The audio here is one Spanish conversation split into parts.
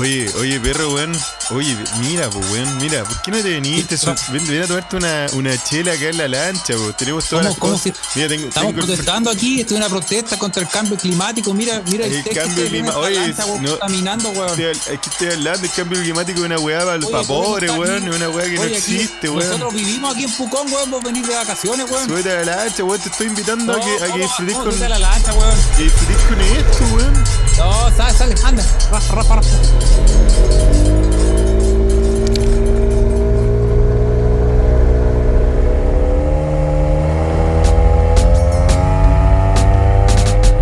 Oye, oye, perro, weón. Oye, mira, pues, weón, mira, ¿por qué no te veniste? Su- Ven, ven a tomarte una, una chela acá en la lancha, pues. Tenemos todas ¿Cómo, las cómo cosas. si- Mira, tengo, Estamos tengo el fr- protestando aquí, esto es una protesta contra el cambio climático. Mira, mira El texto cambio que clima- tiene esta oye, lanza, weón, no- caminando, weón. estoy al- Aquí estoy hablando del cambio climático de una weá para Oye, pa podemos pobre, estar weón. bien. Es una weá que no Oye, aquí existe, weón. Nosotros vivimos aquí en Pucón, weón, vos venís de vacaciones, weón. Súbete a la lancha, weón. Te estoy invitando a que, a que disfrutes no, con, la lancha, weón. que disfrutes con esto, weón. No, sale, sale, anda. Rafa, rafa, rafa.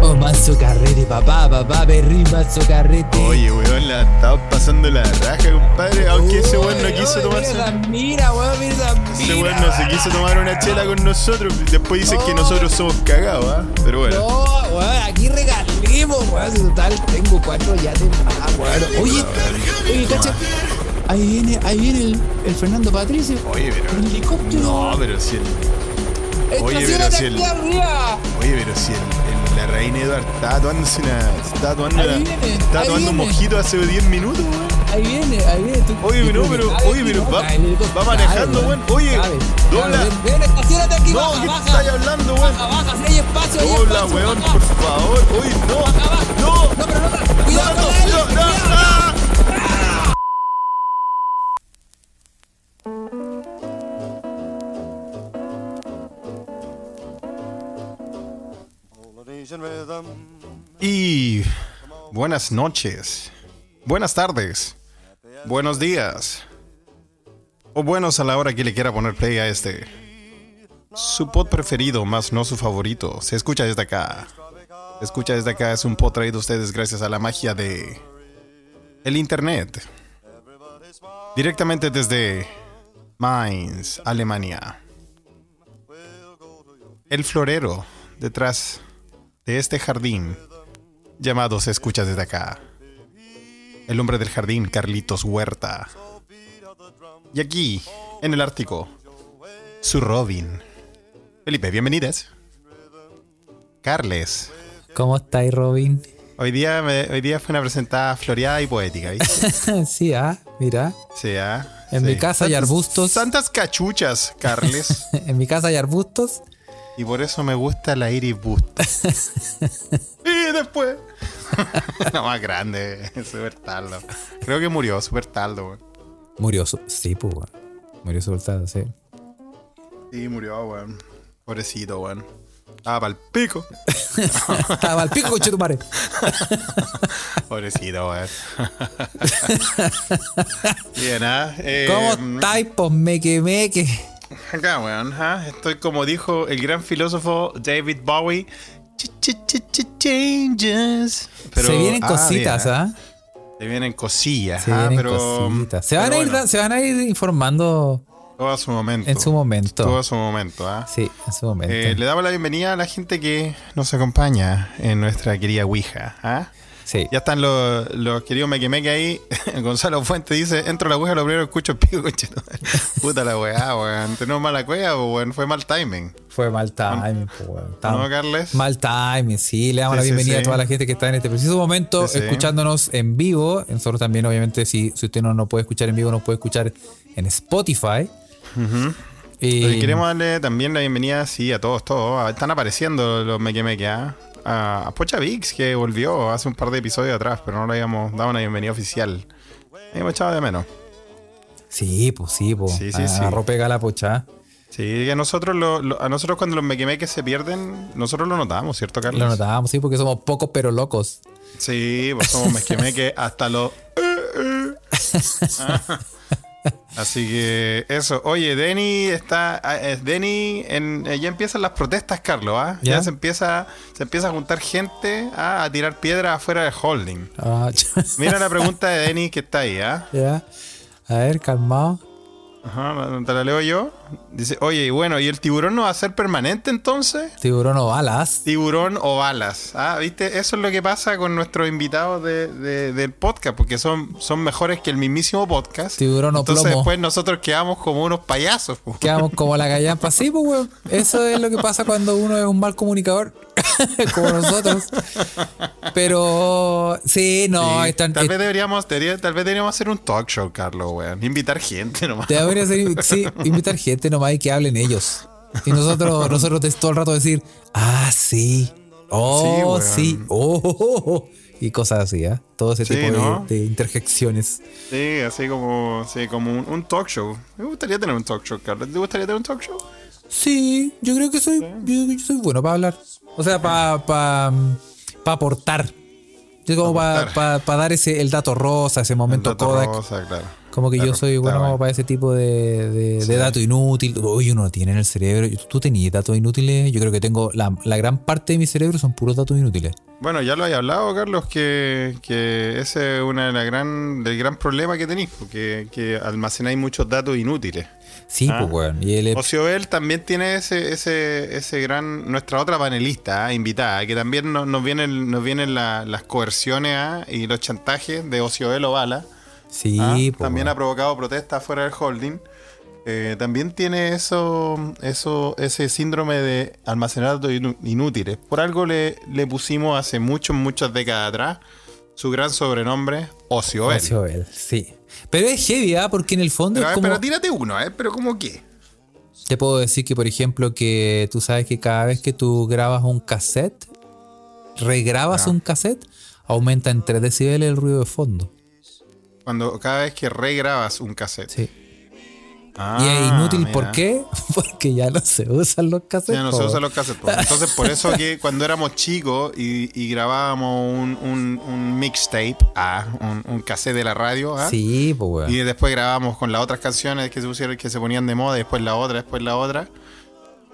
Oh, manso carrete, papá, papá, perrín, manso carrete. Oye, weón, la estaba pasando la raja, compadre. Aunque ese weón no Oye, quiso oye, tomarse. Mira, esa mira, weón, mira, esa Ese mira. weón no se quiso tomar una chela con nosotros. Después dicen que No. nosotros somos cagados, ¿ah? Pero bueno. No, weón, aquí regalemos, weón. Si total, tengo cuatro ya de más, weón. Oye, oye, cacha. Ahí viene, ahí viene el, el Fernando Patricio. Oye, pero. El helicóptero. No, pero si el. oye, Estaciona pero si aquí el- arriba. Oye, pero si el, el- la reina Eduard estaba tomándose una. Estaba tomando Ahí una- viene, Estaba ahí tomando un viene. mojito hace 10 minutos, weón. Ahí viene, ahí viene. tú- Oye, pero no, tú- pero- Cabe, oye, pero no, va- cabe el helicóptero. va manejando, Cabe, weón. Oye, cabe, dobla. cabe. Ven, estacionate aquí, No, baja, ¿qué baja. estáis hablando, weón? Baja, baja, si hay espacio, hay Hola, espacio, weón, baja. por favor. Oye, no. Baja, No. No, pero no, No, cuidado, con la no, hélice, no, cuidado. no. Y buenas noches, buenas tardes, buenos días, o buenos a la hora que le quiera poner play a este. Su pod preferido, más no su favorito, se escucha desde acá. Se escucha desde acá, es un pod traído a ustedes gracias a la magia de. el internet. Directamente desde. Mainz, Alemania. El florero, detrás de este jardín llamado Se escucha desde acá. El hombre del jardín, Carlitos Huerta. Y aquí, en el Ártico, su Robin. Felipe, bienvenidas. Carles. ¿Cómo estáis, Robin? Hoy día, me- hoy día fue una presentada floreada y poética, ¿viste? sí, ah, mira. Sí, ah, En sí. mi casa hay Tantas- arbustos. Tantas cachuchas, Carles. En mi casa hay arbustos. y por eso me gusta la Iris Busta. y después. no, más grande, super taldo. Creo que murió, super taldo, weón. Murió, su- sí, pues, weón. Murió soltado, sí. Sí, murió, weón. Pobrecito, weón. Ah, pa'l pico. Estaba al pico, conchetumare. Pobrecito, weón. Bien, ah. Eh, ¿Cómo estáis, pues, meque, meque? Acá, weón, ajá. estoy como dijo el gran filósofo David Bowie. Ch- ch- ch- ch- Changes. Pero- se vienen ah, cositas, bien, ¿ah? Se vienen cosillas, Se ah, vienen pero. cositas. Se van, pero a ir, bueno, da- se van a ir informando todo a su momento. en su momento. Todo a su momento, ¿ah? Sí, en su momento. Eh, le damos la bienvenida a la gente que nos acompaña en nuestra querida Ouija. ¿ah? sí. Ya están los, los queridos mequemeque ahí. Gonzalo Fuente dice: Entro a la Ouija, lo primero que escucho es pico, conchito. Puta la weá, weón. Tenemos mala cueva, weón. Fue mal timing. Fue mal timing, pues, weón. Ah, ¿No, Estamos- Carles? Mal timing, sí. Le damos Sí, la sí, bienvenida sí. a toda la gente que está en este preciso momento Sí, sí. escuchándonos en vivo. Nosotros también, obviamente, si, si usted no nos puede escuchar en vivo, nos puede escuchar en Spotify. Y- Oye, queremos darle también la bienvenida, sí, a todos, todos. Ah, Están apareciendo los mequemeque, ¿ah? A, a Pocha Vix, que volvió hace un par de episodios atrás, pero no le habíamos dado una bienvenida oficial. Le hemos echado de menos. Sí, pues sí, pues. Sí, sí, Ah, sí. arrope galapocha. Sí, que a nosotros, lo- lo- a nosotros cuando los mequemeques se pierden, nosotros lo notamos, ¿cierto, Carlos? Lo notábamos, sí, porque somos pocos pero locos. Sí, pues somos mequemeque hasta los... Ah. Así que eso. Oye, Denny está. ah, eh, Denny, en- eh, ya empiezan las protestas, Carlos. ¿ah? Ya, ¿Ya? se empieza se empieza a juntar gente ah, a tirar piedras afuera del holding. Ah, ch- Mira la pregunta de Denny que está ahí. ¿ah? ya. A ver, calmado. Ajá, ¿Te la leo yo? Dice, oye, y bueno, ¿y el tiburón no va a ser permanente entonces? Tiburón o balas. Tiburón o balas. Ah, viste, eso es lo que pasa con nuestros invitados de- de- del podcast, porque son, son mejores que el mismísimo podcast. Tiburón o Entonces plomo. después nosotros quedamos como unos payasos. po. Quedamos como la gallampa. Sí, pues, weón. Eso es lo que pasa cuando uno es un mal comunicador. como nosotros. Pero. Sí, no. Sí, están, eh. tal, vez deberíamos, debería- tal vez deberíamos hacer un talk show, Carlos, weón. Invitar gente nomás. Te debería ser, sí, invitar gente nomás y que hablen ellos. Y nosotros, nosotros te- todo el rato decir, ah, sí, oh, Sí, weón. sí, oh, oh, oh, oh", y cosas así, ¿ah? Todo ese Sí, tipo de- ¿no? de, interjecciones. Sí, así como, sí, como un, un talk show. Me gustaría tener un talk show, Carlos. ¿Te gustaría tener un talk show? Sí, yo creo que soy, yo, yo soy bueno para hablar. O sea, para pa, mm, pa aportar. Yo como para Aportar. dar ese, el dato rosa, ese momento Dato Kodak. rosa, claro. Como que yo Claro, soy está bueno bueno. para ese tipo de, de- de dato inútil. Uy, uno lo tiene en el cerebro. Yo- ¿Tú tenías datos inútiles? Yo creo que tengo la, la gran parte de mi cerebro son puros datos inútiles. Bueno, ya lo hay hablado, Carlos, que, que ese es uno de la gran, del gran problema que tenéis, porque que almacenáis muchos datos inútiles. Sí, Ah. pues, weón. Y él es- Ociobel también tiene ese, ese, ese gran, nuestra otra panelista ah, invitada, que también no- nos vienen, nos vienen la- las coerciones ah, y los chantajes de Ociobel Ovala. sí, Ah, pues, también ha weón. provocado protestas fuera del holding. Eh, también tiene eso, eso, ese síndrome de almacenar datos inú- inútiles. Por algo le, le pusimos hace muchas, muchas décadas atrás su gran sobrenombre, Ocio Bell. Ocio él, Sí. Pero es heavy, ¿ah? Porque en el fondo Pero, a ver, es como... pero tírate uno, ¿eh? ¿Pero cómo qué? Te puedo decir que, por ejemplo, que tú sabes que cada vez que tú grabas un cassette, regrabas un cassette, aumenta en 3 decibeles el ruido de fondo. Cuando cada vez que regrabas un cassette. Sí. Ah, y es inútil, mira. ¿por qué? Porque ya no se usan los cassettes. Ya no se po. usan los cassettes. po. Entonces, por eso que cuando éramos chicos y, y grabábamos un, un- un mixtape, ah, un, un cassette de la radio, ah, Sí, pues, weón. Y después grabábamos con las otras canciones que se pusieron, que se ponían de moda, y después la otra, después la otra.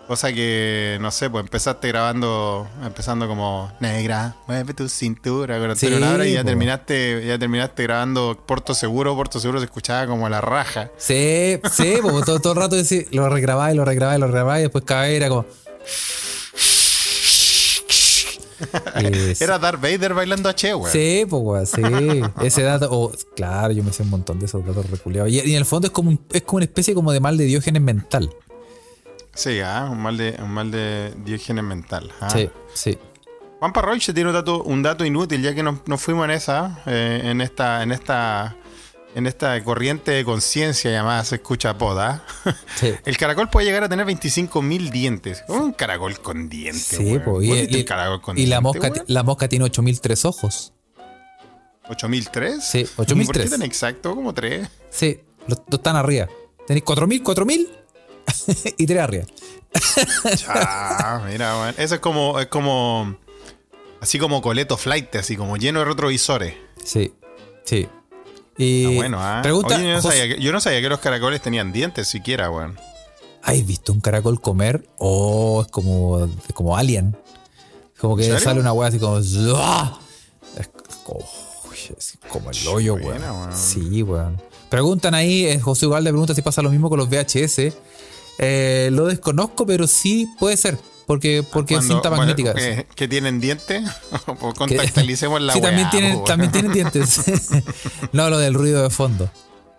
Cosa que, no sé, pues empezaste grabando, empezando como negra, mueve tu cintura, con Antonio Sí, Labra, y ya po. terminaste, ya terminaste grabando Porto Seguro, Porto Seguro se escuchaba como la raja. Sí, sí, porque todo, todo el rato decía, lo regrababa y lo regrababa y lo regrababa y después cada vez era como. Es- Era Darth Vader bailando a Che, güey. Eh, Sí, pues weón, sí. Ese dato, oh, claro, yo me sé un montón de esos datos reculeados. Y, y en el fondo es como un- es como una especie como de mal de diógenes mental. Sí, ah, un mal de, un mal de diógenes mental. ah. Sí, sí. Juan Parroche tiene un dato, un dato inútil, ya que nos, nos fuimos en esa, eh, en esta, en esta, en esta corriente de conciencia llamada se escucha poda. sí. El caracol puede llegar a tener 25.000 dientes. ¿Cómo Un caracol con dientes. Sí, weón? pues, y, ¿Vos viste y- el caracol con y la dientes, mosca, weón? la mosca tiene 8003 ojos. ¿8003? Sí, ¿Y ¿Por qué 8003. tan exacto? Como 3. Sí, los dos están arriba. Tenéis 4000, 4000 y tres arriba. Ah, mira, weón. Eso es como, es como, así como coleto flight, así como lleno de retrovisores. Sí, sí. Y Ah, bueno, ah. pregunta, Oye, yo, no Jos- sabía que, yo no sabía que los caracoles tenían dientes siquiera, weón. ¿has visto un caracol comer? Oh, es como, es como alien. Como que ¿En serio? sale una wea así como... ¡zua! Es como, uy, es como el hoyo, weón. buena, weón. Sí, weón. Preguntan ahí, eh, José Ugalde pregunta si pasa lo mismo con los VHS. Eh, lo desconozco, pero sí puede ser. Porque, porque es Ah, Cuando- cinta bueno, magnética. eh, sí. que, tienen dientes, o Que- contactalicemos la Sí, también weá, tienen, po, también tienen dientes. no, lo del ruido de fondo.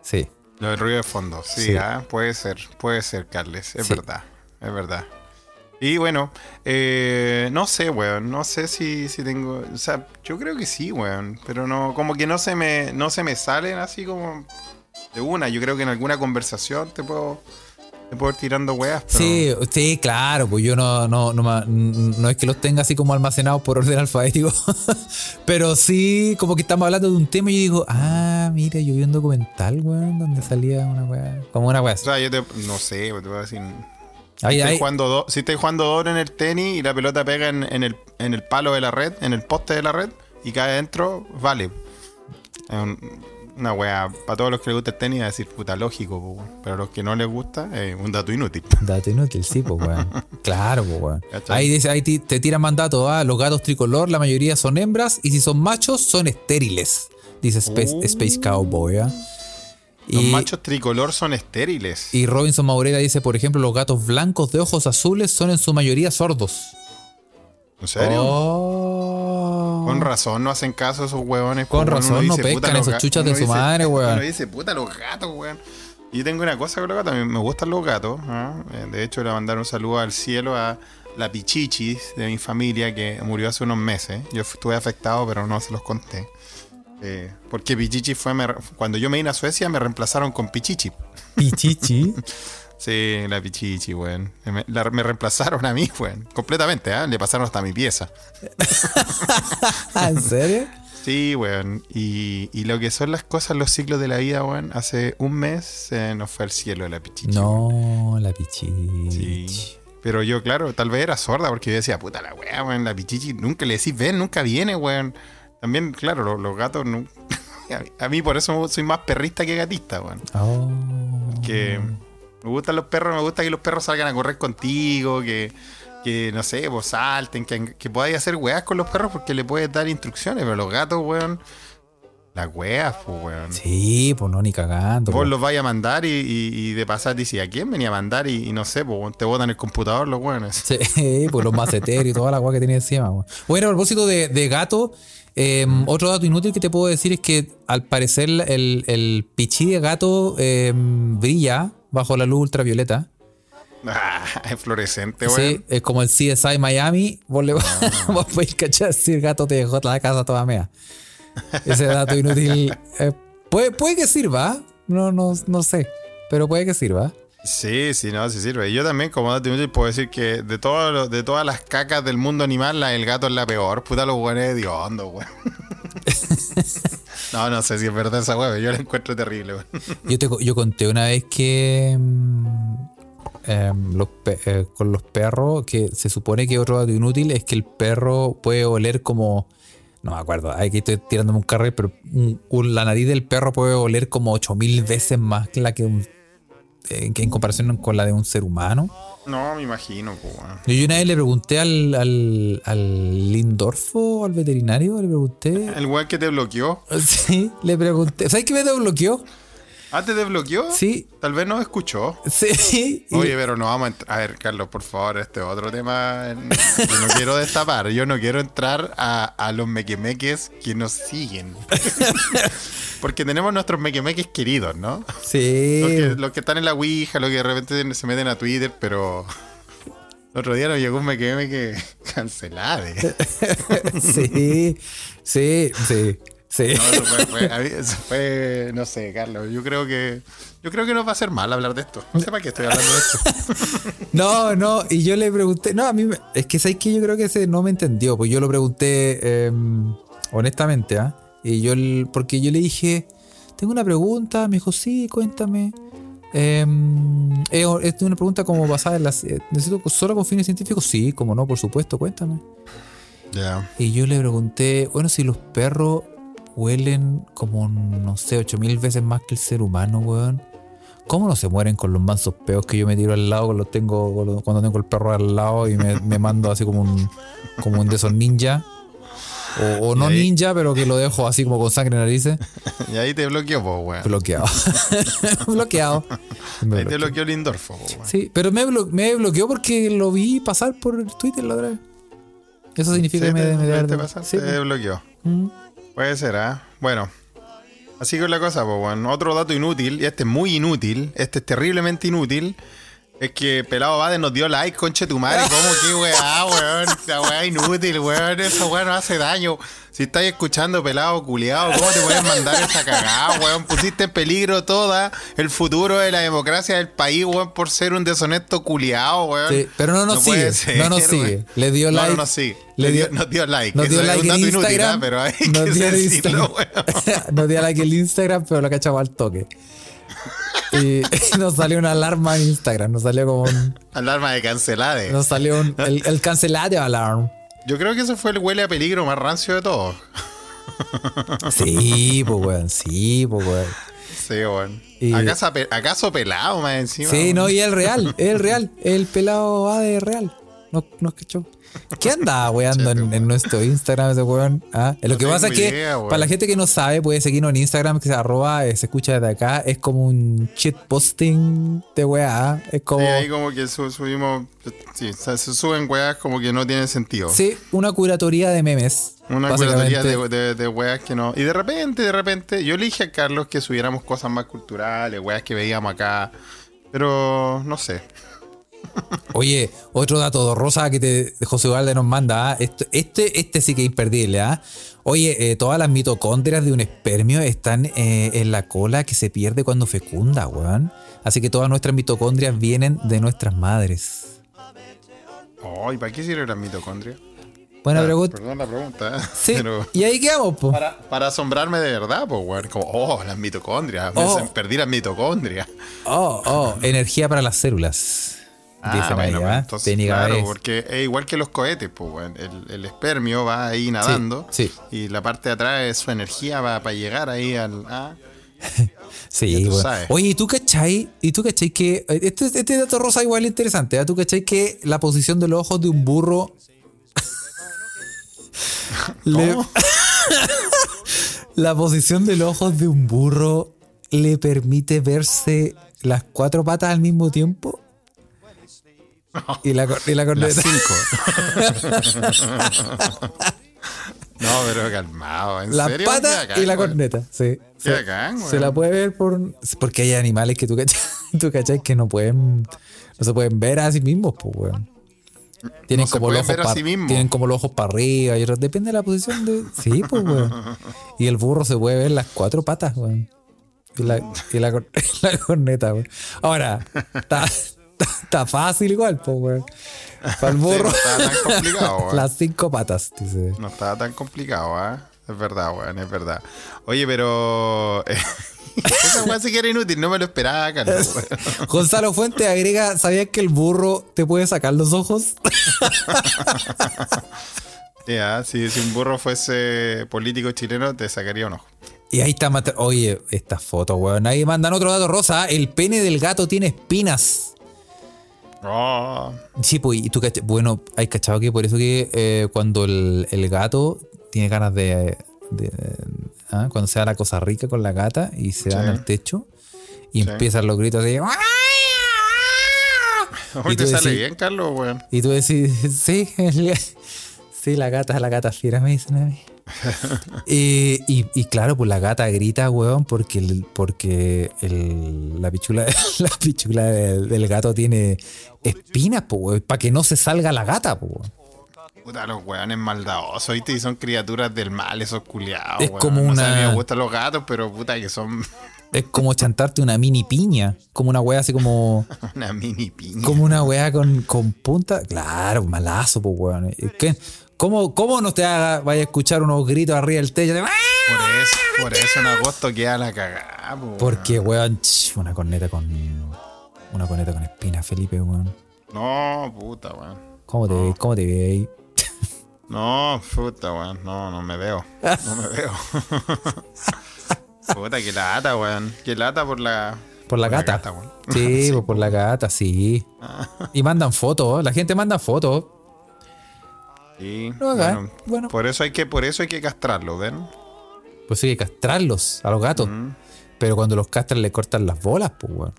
Sí. Lo del ruido de fondo, sí, Sí. ah, puede ser, puede ser, Carles, es Sí. verdad, es verdad. Y bueno, eh, no sé, weón, no sé si, si tengo, o sea, yo creo que sí, weón, pero no, como que no se me, no se me salen así como de una, yo creo que en alguna conversación te puedo, te puedo ir tirando weas, pero... Sí, sí, claro, pues yo no, no, no, ma- n- no es que los tenga así como almacenados por orden alfabético, pero sí, como que estamos hablando de un tema y yo digo, ah, mira, yo vi un documental, weón, donde salía una weá, como una weá. O así. sea, yo te, no sé, te voy a decir... Ahí, si, ahí, estáis jugando do- si estáis jugando doble en el tenis y la pelota pega en, en el, en el palo de la red, en el poste de la red y cae adentro, vale. Es un- una wea, para todos los que les gusta el tenis, es decir, puta, lógico, po, weón. pero a los que no les gusta, es un dato inútil. dato inútil, sí, pues weón. Claro, pues weón. ¿Cachai? Ahí, dice, ahí ti- te tiran mandato, ah, los gatos tricolor, la mayoría son hembras y si son machos son estériles, dice Space, Space Cowboy, ah. Oh. Los Y- machos tricolor son estériles. Y Robinson Maurera dice, por ejemplo, los gatos blancos de ojos azules son en su mayoría sordos. ¿En serio? Oh. Con razón no hacen caso a esos huevones. Con pues, razón uno no "Puta, pescan los esos ga-". chuchas de uno su madre, weón. Uno dice, puta, los gatos, weón. Y Yo tengo una cosa con los gatos, a mí me gustan los gatos. ¿ah? Eh, De hecho, le mandaron un saludo al cielo a la pichichis de mi familia que murió hace unos meses. Yo fu- estuve afectado, pero no se los conté. Eh, porque Pichichi fue. me re- cuando yo me vine a Suecia, me reemplazaron con Pichichi. Pichichi. Sí, la Pichichi, weón. Me, la- me reemplazaron a mí, weón. Completamente, ¿ah? Le pasaron hasta mi pieza. ¿En serio? Sí, weón. Y, y lo que son las cosas, los ciclos de la vida, weón. Hace un mes se nos fue al cielo la pichichi. No, la pichichi. Sí. Pero yo, claro, tal vez era sorda porque yo decía, puta la weá, weón, la pichichi. Nunca le decís, ven, nunca viene, weón. También, claro, lo- los, gatos. nu- a, mí, a mí por eso soy más perrista que gatista, weón. Oh. Que me gustan los perros, me gusta que los perros salgan a correr contigo, que, que no sé, vos salten, que, que podáis hacer weas con los perros porque le puedes dar instrucciones, pero los gatos, weón, las weas, pues, weón. Sí, pues no, ni cagando. Vos pues. los vais a mandar y, y- y de pasar dices, ¿a quién venía a mandar? Y, y no sé, pues, weón, te botan el computador los weones. Sí, pues los maceteros y toda la agua que tenía encima. weón. Bueno, a propósito de, de gato, eh, otro dato inútil que te puedo decir es que al parecer el, el pichí de gato eh, brilla bajo la luz ultravioleta. Ah, es fluorescente, este weón. Sí, es como el CSI Miami. Vos, le, vos podéis cachar si el gato te dejó la casa toda mea. Ese dato inútil eh, puede, puede que sirva. ¿ah? No, no, no sé. Pero puede que sirva. Sí, sí, no, sí sirve. Y yo también, como dato inútil, puedo decir que de, todos los- de todas las cacas del mundo animal, la del gato es la peor. Puta, los hueones de hondo, weón. no, no sé si es verdad esa weón. Yo la encuentro terrible, weón. Yo, te, co- yo conté una vez que mm, em, los pe- eh, con los perros, que se supone que otro dato inútil es que el perro puede oler como. No me acuerdo, aquí estoy tirándome un carril, pero un- un- la nariz del perro puede oler como 8000 veces más que la que, un- eh, que en comparación con la de un ser humano. No, me imagino, pues, weón. Yo una vez le pregunté al, al, al Lindorfo, al veterinario, le pregunté. El weón que te bloqueó. Sí, le pregunté. ¿Sabes qué me desbloqueó? ¿Ah, te desbloqueó? Sí. Tal vez no escuchó. Sí. y- Oye, pero no vamos a entrar. A ver, Carlos, por favor, este otro tema. en- Yo no quiero destapar. Yo no quiero entrar a, a los mequemeques que nos siguen. Porque tenemos nuestros mequemeques queridos, ¿no? Sí. Los que, los que están en la Ouija, los que de repente se meten a Twitter, pero. El otro día nos llegó un mequemeque cancelade. sí, sí, sí, sí. No, eso fue, fue- a mí- eso fue- No sé, Carlos. Yo creo que. Yo creo que nos va a hacer mal hablar de esto. No sé para qué estoy hablando de esto. No, no, y yo le pregunté, no, a mí, me- es que sabes que yo creo que ese no me entendió, pues yo lo pregunté eh, honestamente, ¿ah? Y yo, l- porque yo le dije, tengo una pregunta, me dijo, sí, cuéntame. Eh, es es una pregunta como basada en las... eh, ¿Necesito solo con fines científicos? Sí, como no, por supuesto, cuéntame. Ya. Y yo le pregunté, bueno, si los perros huelen como, no sé, 8000 veces más que el ser humano, weón. ¿Cómo no se mueren con los mansos peos que yo me tiro al lado cuando tengo, cuando tengo el perro al lado y me, me mando así como un, como un de esos ninja? O, o no Y ahí- ninja, pero que lo dejo así como con sangre en narices. Y ahí te bloqueó, pues, weón. Bloqueado. bloqueado. Me Ahí te bloqueó. bloqueó Lindorfo, po, weón. Sí, pero me, blo- me bloqueó porque lo vi pasar por Twitter la otra vez. Eso significa Sí, que me, te- me debe te haber- pasa- sí, te bloqueó. Mm. Puede ser, ¿ah? Bueno. Así que es la cosa, pues, weón. Otro dato inútil, y este es muy inútil, este es terriblemente inútil, es que Pelado Bade nos dio like, conche tu madre. ¿Cómo que, weá, weón? La weá inútil, weón. Esa weá no hace daño. Si estáis escuchando, Pelado culiado, ¿cómo te puedes mandar esa cagada, weón? Pusiste en peligro toda el futuro de la democracia del país, weón, por ser un deshonesto culiado, weón. Sí, pero no nos puede sigue, no nos weón. sigue. Le dio No, like. no nos sigue. Le Le dio, dio- nos dio like. nos dio Eso like es en un dato inútil, ¿ah? Instagram. pero hay nos que dio en decirlo, weón. Instagram. nos dio like en Instagram, pero lo cachamos al toque. Y nos salió una alarma en Instagram. Nos salió como un- Alarma de cancelade. nos salió un- el, el cancelado alarm. Yo creo que ese fue el huele a peligro más rancio de todos. Sí, pues weón, sí, pues weón. Sí, weón. Y- ¿Acaso, pe- acaso pelado más encima? Sí, weón? no, y el real, el real, el pelado va de real. No, no cachó. ¿Qué andaba weando en, en nuestro Instagram ese weón? ¿Ah? Lo No que pasa es tengo que, idea, weón. para la gente que no sabe, puede seguirnos en Instagram, que se arroba, eh, se escucha desde acá. Es como un shit posting de weá. Es como. Y ahí como que su- subimos, sí, o sea, se suben weas como que no tienen sentido. Sí, una curatoría de memes. Una básicamente. curaduría de, de, de weas que no. Y de repente, de repente, yo le dije a Carlos que subiéramos cosas más culturales, weas que veíamos acá. Pero no sé. Oye, otro dato rosa que te, José Valde nos manda. ¿ah? Esto- Este, este sí que es imperdible. ¿ah? Oye, eh, todas las mitocondrias de un espermio están eh, en la cola que se pierde cuando fecunda, weón. Así que todas nuestras mitocondrias vienen de nuestras madres. Oh, ¿y para qué sirve la mitocondria? Buena Ah, pregunta. Perdón la pregunta. ¿eh? Sí, Pero y ahí quedamos, po. para, para asombrarme de verdad, pues, weón. Como, oh, las mitocondrias. me Oh. hacen- Perdí las mitocondrias. Oh, oh, energía para las células. Ah, Dicen ahí, bueno, pues, ¿ah? entonces, Técnica claro, es- porque es igual que los cohetes, pues, weón. El, el espermio va ahí nadando sí. y la parte de atrás es su energía va para llegar ahí al... ah, Sí, Ya tú weón. sabes. Oye, ¿y tú cachai? ¿Y tú cachai que este, este dato rosa igual es interesante? ¿ah? ¿Tú cachai que la posición de los ojos de un burro le- ¿Cómo? la posición de los ojos de un burro le permite verse las cuatro patas al mismo tiempo? Y la, cor- y las la corneta. cinco. no, pero calmado, en Las serio. patas Qué bacán, y la weón. corneta, sí. Qué Se, bacán, se weón. la puede ver por. Porque hay animales que tú cachai, tú cachai que no pueden. No se pueden ver a sí mismos, pues, weón. Tienen, No se como pueden los ojos ver a pa- sí mismos. tienen como los ojos para arriba y otros- Depende de la posición de. Sí, pues, weón. Y el burro se puede ver las cuatro patas, weón. Y la, y la, cor- la corneta, weón. Ahora, está, está- está fácil igual, pues, weón. Para el Sí, burro, no estaba tan complicado, weón. las cinco patas, dice. No estaba tan complicado, ¿ah? Es verdad, weón, es verdad. Oye, pero. Esa weá sí que era inútil, no me lo esperaba, Carlos. weón. Gonzalo Fuente agrega, ¿sabías que el burro te puede sacar los ojos? Ya, si, si un burro fuese político chileno, te sacaría un ojo. Y ahí está Mata- Oye, estas fotos, weón. Ahí mandan otro dato rosa. ¿eh? El pene del gato tiene espinas. Oh, Sí, pues, y tú cach- Bueno, hay cachado que por eso que eh, cuando el, el gato tiene ganas de. de- ah, Cuando se da la cosa rica con la gata y se dan Sí. al techo y Sí. empiezan los gritos de. Hoy te tú sale decís- bien, Carlos, weón. Y tú decís, sí, el- sí, la gata, la gata fiera, me dicen a mí. Eh, y, y claro, pues la gata grita, weón, porque, el- porque el- la pichula, la pichula del, del gato tiene espinas, pues, weón, para que no se salga la gata, pues, weón. Puta, los weones maldadosos, ¿viste? Y son criaturas del mal, esos culiados, Es weón. como O sea, a mí una- me gustan los gatos, pero puta que son Es como chantarte una mini piña, como una wea así como, una mini piña. como una wea con, con punta. Claro, malazo, pues, weón. Es que, ¿Cómo, ¿Cómo no te haga, vaya a escuchar unos gritos arriba del techo? de, "¡Ah!" Por eso, por eso en agosto queda la cagada, po, weón. Porque, weón, ch, una corneta con. Una corneta con espina, Felipe, weón. No, puta, weón. ¿Cómo te, ve- cómo te ve ahí? No, puta, weón. No, no me veo. No me veo. puta, qué lata, weón. Qué lata por la. Por la Por la gata. gata, weón. sí, Ah. pues, por la gata, sí. Y mandan fotos, la gente manda fotos. Sí. No, acá, bueno, bueno. Por eso hay que, por eso hay que castrarlo, ¿ven? Pues hay que castrarlos a los gatos. Pero cuando los castran le cortan las bolas, pues, weón.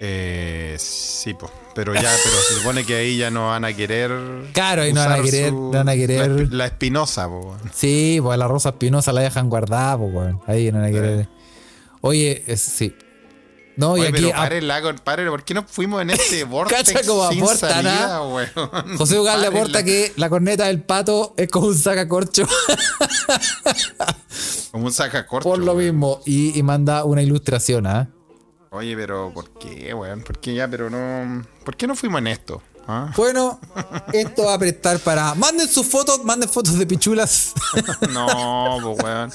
Eh, sí, pues. Pero ya, pero se supone que ahí ya no van a querer. Claro, ahí no van a usar querer- no van a querer- La, espi- la espinosa, po, weón. Sí, pues a la rosa espinosa la dejan guardada, pues, weón. Ahí no la quieren. Oye, es- sí. No, y Oye, aquí. pero ah, párenla, con- párenla, ¿por qué nos fuimos en este vortex Cacha cómo sin aporta, salida, ¿no? weón? José Ugal le Párenla. aporta que la corneta del pato es como un sacacorcho. Como un sacacorcho. Por lo weón. mismo. Y, y manda una ilustración, ¿ah? Oye, pero ¿por qué, weón? ¿Por qué ya? Pero no. ¿Por qué no fuimos en esto? ¿Ah? Bueno, esto va a prestar para. Manden sus fotos, manden fotos de pichulas. No, pues, weón.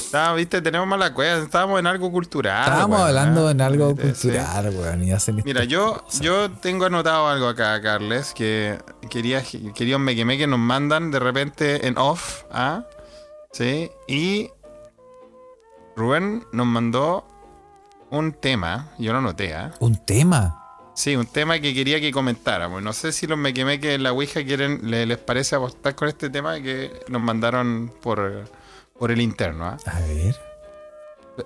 Está, viste, tenemos mala cueva. Estábamos en algo cultural. Estábamos weón, hablando ¿ah? en algo Sí. cultural, weón. Y hacen Mira, yo, yo tengo anotado algo acá, Carles, que quería, quería un mequeme que nos mandan de repente en off, ¿ah? Sí, y Rubén nos mandó un tema, yo lo anoté, ¿ah? Un tema. Sí, un tema que quería que comentáramos. No sé si los mequemeques en la Ouija quieren, le- les parece apostar con este tema que nos mandaron por, por el interno. ¿ah? A ver.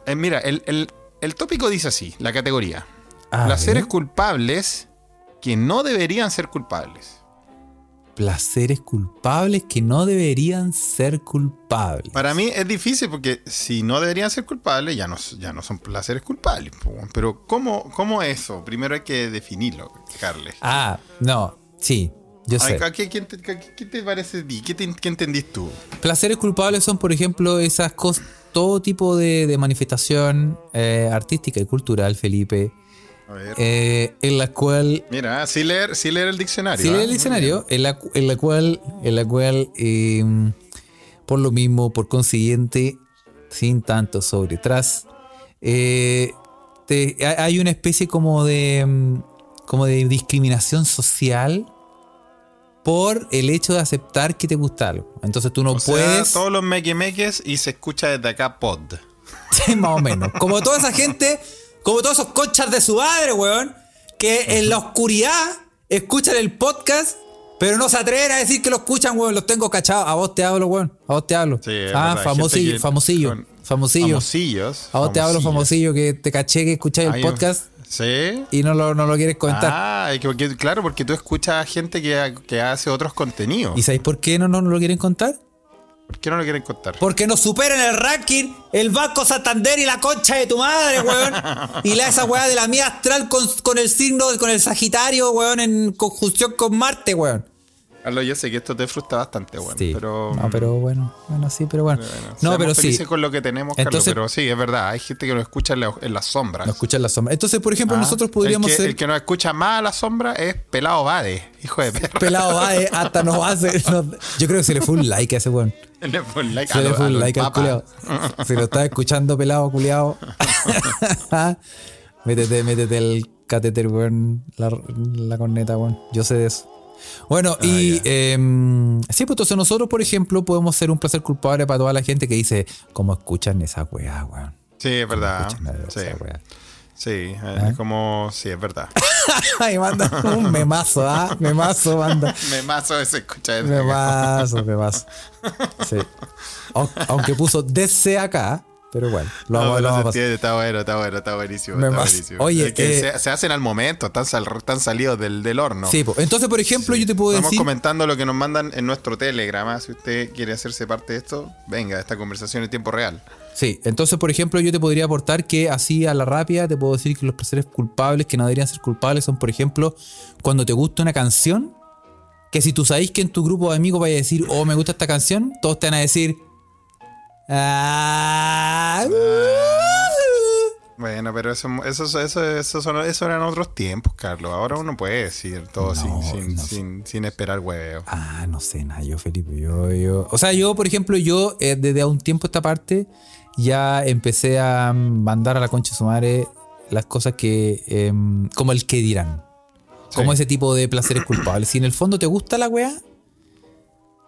Eh, mira, el, el- el tópico dice así, la categoría. A Placeres ver. culpables que no deberían ser culpables. Placeres culpables que no deberían ser culpables. Para mí es difícil porque si no deberían ser culpables, ya no, s- ya no son placeres culpables. po. Pero ¿cómo, ¿cómo eso? Primero hay que definirlo, Carles. Ah, no. Sí, yo Ay, sé. ¿a ¿Qué, quién te- qué- qué te parece a ti? ¿Qué, te- qué entendís tú? Placeres culpables son, por ejemplo, esas cosas, todo tipo de, de manifestación eh, artística y cultural, Felipe, A ver. eh, en la cual, Mira, ah, sí leer, sí leer el diccionario. si ah. lees el diccionario, en la, cu- en la cual, en la cual, eh, por lo mismo, por consiguiente, sin tanto sobre tras, eh, te- hay- hay una especie como de, mm, como de discriminación social por el hecho de aceptar que te gusta algo. Entonces tú no O sea, puedes... todos los mequemeques y se escucha desde acá pod. Sí, más o menos. Como toda esa gente, como todos esos conchas de su madre, weón, que en la oscuridad escuchan el podcast, pero no se atreven a decir que lo escuchan, weón. Los tengo cachados. A vos te hablo, weón. A vos te hablo. Sí, es ah, verdad, hay famosillo, gente que- famosillo, con- famosillo. Famosillos. A vos te hablo, famosillo, que te caché que escucháis el Hay un- podcast Sí. y no lo, no lo quieres comentar. Ah, es que- porque- claro, porque tú escuchas a gente que, que hace otros contenidos. ¿Y sabéis por qué no, no, no lo quieren contar? ¿Por qué no lo quieren contar? Porque nos superan el ranking el Banco Santander y la concha de tu madre, weón. Y la esa weá de la mía astral con, con el signo, con el Sagitario, weón, en conjunción con Marte, weón. Carlos, yo sé que esto te frustra bastante, bueno, pero... mm, no, pero bueno, bueno, sí, pero bueno. no, seamos pero sí. felices con lo que tenemos, Entonces- Carlos, pero sí, es verdad, hay gente que lo escucha en, la- en las sombras. No escuchan la sombra. Entonces, por ejemplo, Ah, nosotros podríamos el que, ser El que nos escucha más a la sombra es Pelado Vade, hijo de perra. pelado va, eh, hasta nos hace. nos- yo creo que se le fue un like a ese weón. Le fue un like Se a le lo- fue a un lo like al Papa. culiao. Si lo estás escuchando, pelado, culiao. métete, métete el catéter, weón. La, la corneta, weón. Yo sé de eso. Bueno, y Ah, ya. em, sí, pues entonces nosotros, por ejemplo, podemos ser un placer culpable para toda la gente que dice, ¿cómo escuchan esa weá, weón? Sí, es verdad. Escuchan Ah, Sí, esa weá. sí, eh, como... Sí, es verdad. Ay, manda un memazo, ¿ah? Memazo, manda. Me mazo ese escucha. ese. Memazo, memazo. Sí. Au- Aunque puso DC acá, pero bueno, No, lo vamos, lo pero vamos a se entiende, está bueno, está bueno, está buenísimo. Me está mas- buenísimo. Oye, Es que eh, se, se hacen al momento, están, sal- están salidos del, del horno. Sí, po. entonces, por ejemplo, yo te puedo Estamos decir. comentando lo que nos mandan en nuestro Telegram. ¿ah? Si usted quiere hacerse parte de esto, venga, esta conversación en tiempo real. Sí, entonces, por ejemplo, yo te podría aportar que así a la rápida te puedo decir que los placeres culpables que no deberían ser culpables son, por ejemplo, cuando te gusta una canción. Que si tú sabéis que en tu grupo de amigos vaya a decir, oh, me gusta esta canción, todos te van a decir. "Ah, uh". Bueno, pero eso, eso, eso, eso son- eso eran otros tiempos, Carlos. Ahora uno puede decir todo No, sin, sin, no. sin, sin esperar hueveo. Ah, no sé, nada, yo, Felipe, yo, yo. O sea, yo, por ejemplo, yo eh, desde a un tiempo esta parte ya empecé a mm, mandar a la concha de su madre las cosas que. em, como el que dirán. Como Sí. ese tipo de placeres culpables. Si en el fondo te gusta la weá,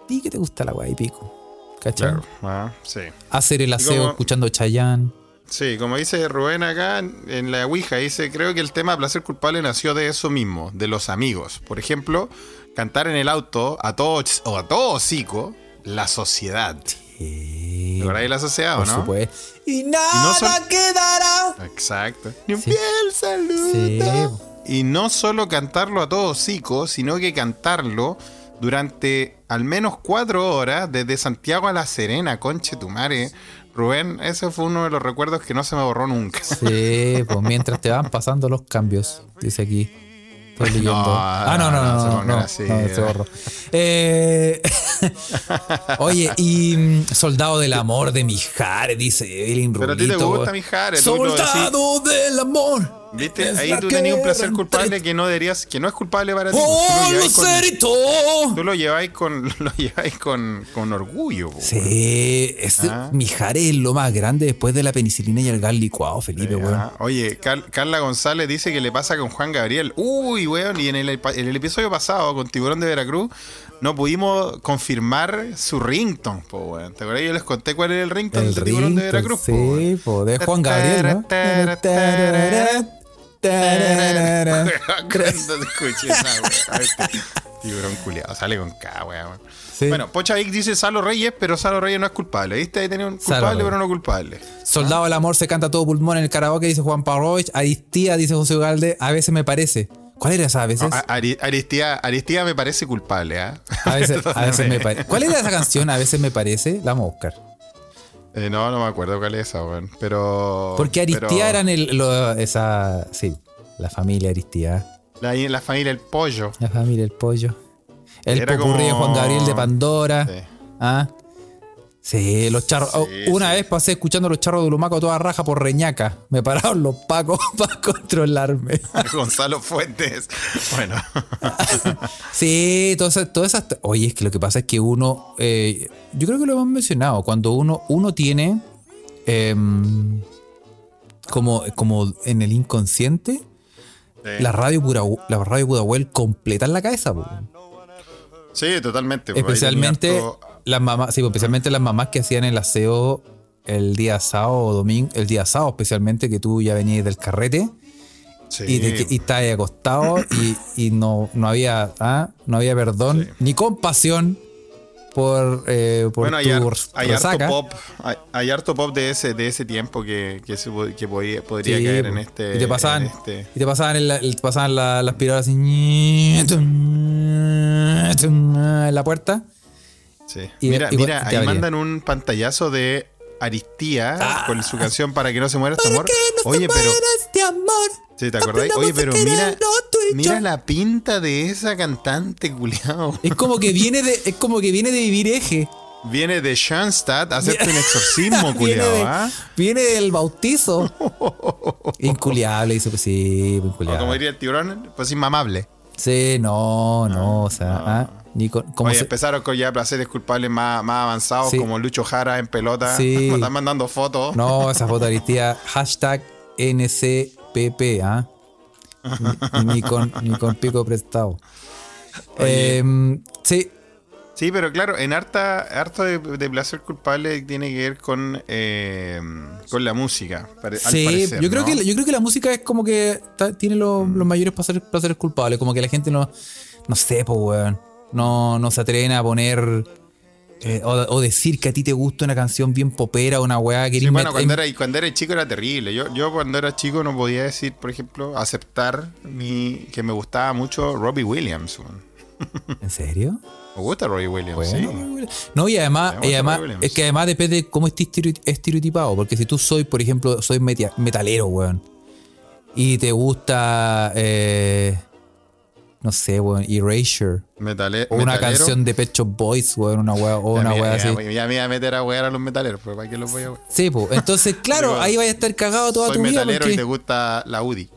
di que te gusta la weá y pico. ¿Cachai? Claro. Ah, sí. Hacer el aseo como- escuchando Chayanne. Sí, como dice Rubén acá en en la Ouija, dice, creo que el tema de placer culpable nació de eso mismo, de los amigos. Por ejemplo, cantar en el auto a todo ch- o a todo hocico, la sociedad. Eh, ¿Te acordás de la sociedad o por no? supuesto. Y nada son- quedará. Exacto. Ni un Sí. piel saluda. Sí. Y no solo cantarlo a todo hocico, sino que cantarlo durante al menos cuatro horas desde Santiago a La Serena, conche tu mare. Rubén, ese fue uno de los recuerdos que no se me borró nunca. Sí, pues mientras te van pasando los cambios, dice aquí. Estoy leyendo. No, ah, no, no, no, no se no, no, pongan no, así. no, ese gorro. Eh, oye, y mm, Soldado del Amor de Mijares, dice Evelyn Pero a ti te Rubito, gusta weón. Mijares, tú lo decís. Soldado del Amor. ¿Viste? es Ahí la tú tenías un placer guerra culpable entre- que no deberías, que no es culpable para ti. ¡Oh, pues, tú lo lleváis lucerito! con, tú lo lleváis con, lo lleváis con, con orgullo. po. Sí, este Ah. Mijares es lo más grande después de la penicilina y el gas licuado, Felipe, Ah, weón. Oye, Car- Carla González dice que le pasa con Juan Gabriel. Uy, weón, y en el, en el episodio pasado con Tiburón de Veracruz no pudimos confirmar su rington, po, weón. ¿Te acuerdas? Yo les conté cuál era el rington El de Tiburón de ringtone, Veracruz, po, weón. sí, po, de Juan Gabriel, ¿no? Tararara. Cuando escuché esa wea, Tiburón culiado, sale con K, wea, wea. Sí. Bueno, Pocha Vic dice Salo Reyes, pero Salo Reyes no es culpable. ¿Viste? Ahí tenía un Salo culpable, Reyes. pero no culpable. ¿ah? Soldado del amor se canta a todo pulmón en el karaoke, dice Juan Parroich. Aristía, dice José Ugalde. A veces me parece. ¿Cuál era esa a veces? A- Ari- Aristía, Aristía me parece culpable, ¿ah? A veces, a veces me Perdóname. parece. ¿Cuál era esa canción? A veces me parece. La vamos a buscar. Eh, no, no me acuerdo cuál es esa, weón. Pero. Porque Aristía Oh, pero eran el, lo- esa. Sí, la familia Aristía. La, la familia El Pollo. La familia El Pollo. El Era popurrí de como- Juan Gabriel de Pandora. Sí. ¿Ah? Sí, los charros. Sí, Oh, una sí. vez pasé escuchando los charros de Lumaco a toda raja por Reñaca. Me pararon los pacos para controlarme. Gonzalo Fuentes. Bueno. Sí, todas esas, todas esas- Oye, es que lo que pasa es que uno. eh, yo creo que lo hemos mencionado. Cuando uno, uno tiene. em, como, como en el inconsciente. Sí. La radio, pura, la radio Pudahuel completa en la cabeza. po. Sí, totalmente. pues, ahí Especialmente tenía harto- las mamás. Sí, pues, especialmente las mamás que hacían el aseo el día sábado o domingo. El día sábado, especialmente, que tú ya venías del carrete. Sí. Y, te, que- y estás ahí acostado y, y no, no había ah, no había perdón Sí. ni compasión por, eh, por bueno, hay, tu har- res- hay harto resaca. pop, hay, hay harto pop de ese, de ese tiempo que, que, se po- que podía- podría Sí, caer po. en este. y te pasaban, en este. y te pasaban, en la, el- te pasaban la, la aspiradora así en la puerta. Sí. Y- mira, y- mira, te ahí abría. mandan un pantallazo de Aristía con su canción Ah. Para que no se muera este amor. Oye, pero. este amor. Sí, ¿te acordáis? Oye, pero mira, mira la pinta de esa cantante, culiao. Es como que viene de es como que viene de vivir eje. Viene de Schanstatt a hacerte un exorcismo, viene, culiao, de- ¿ah? viene del bautizo. inculiable, dice, pues sí, O como inculiable. Oh, diría el tiburón, pues inmamable. Sí, no, no, o sea, ah, ni con- como Oye, se- empezaron con ya placeres culpables más, más avanzados, Sí. como Lucho Jara en pelota. Sí. Nos están mandando fotos. no, esa foto aristía, hashtag NCPP, ¿ah? Ni, ni con, ni con pico prestado. Oye. Em, sí, Sí, pero claro, en harta, harto de, de placer culpable tiene que ver con, eh, con la música. pare- al sí, parecer, yo creo, ¿no? Mm. que, yo creo que la música es como que ta- tiene lo- los mayores placeres, placeres culpables. Como que la gente no, no sé, po, weón. No, no se atreven a poner eh, o, o decir que a ti te gusta una canción bien popera, una weá que Sí, eres bueno, met- cuando era, cuando era chico era terrible. Yo, yo cuando era chico no podía decir, por ejemplo, aceptar mi, que me gustaba mucho Robbie Williams. weón. ¿En serio? Me gusta Robbie Williams, Bueno, sí. No, y además, Me y gusta además Robbie Williams. es que además depende de cómo estés estiro- estereotipado. Porque si tú soy, por ejemplo, soy metia- metalero, weón. Y te gusta, eh, no sé, weón, Erasure. Metale- O una metalero. canción de Pecho Boys, weón, una weá, o Ya una me- weá así. ya, me- ya me iba a meter a wear a los metaleros, pero ¿para qué los voy a wear? Sí, pues. Entonces, claro, Digo, ahí vaya a estar cagado toda Soy tu vida. metalero Porque, y te gusta la UDI.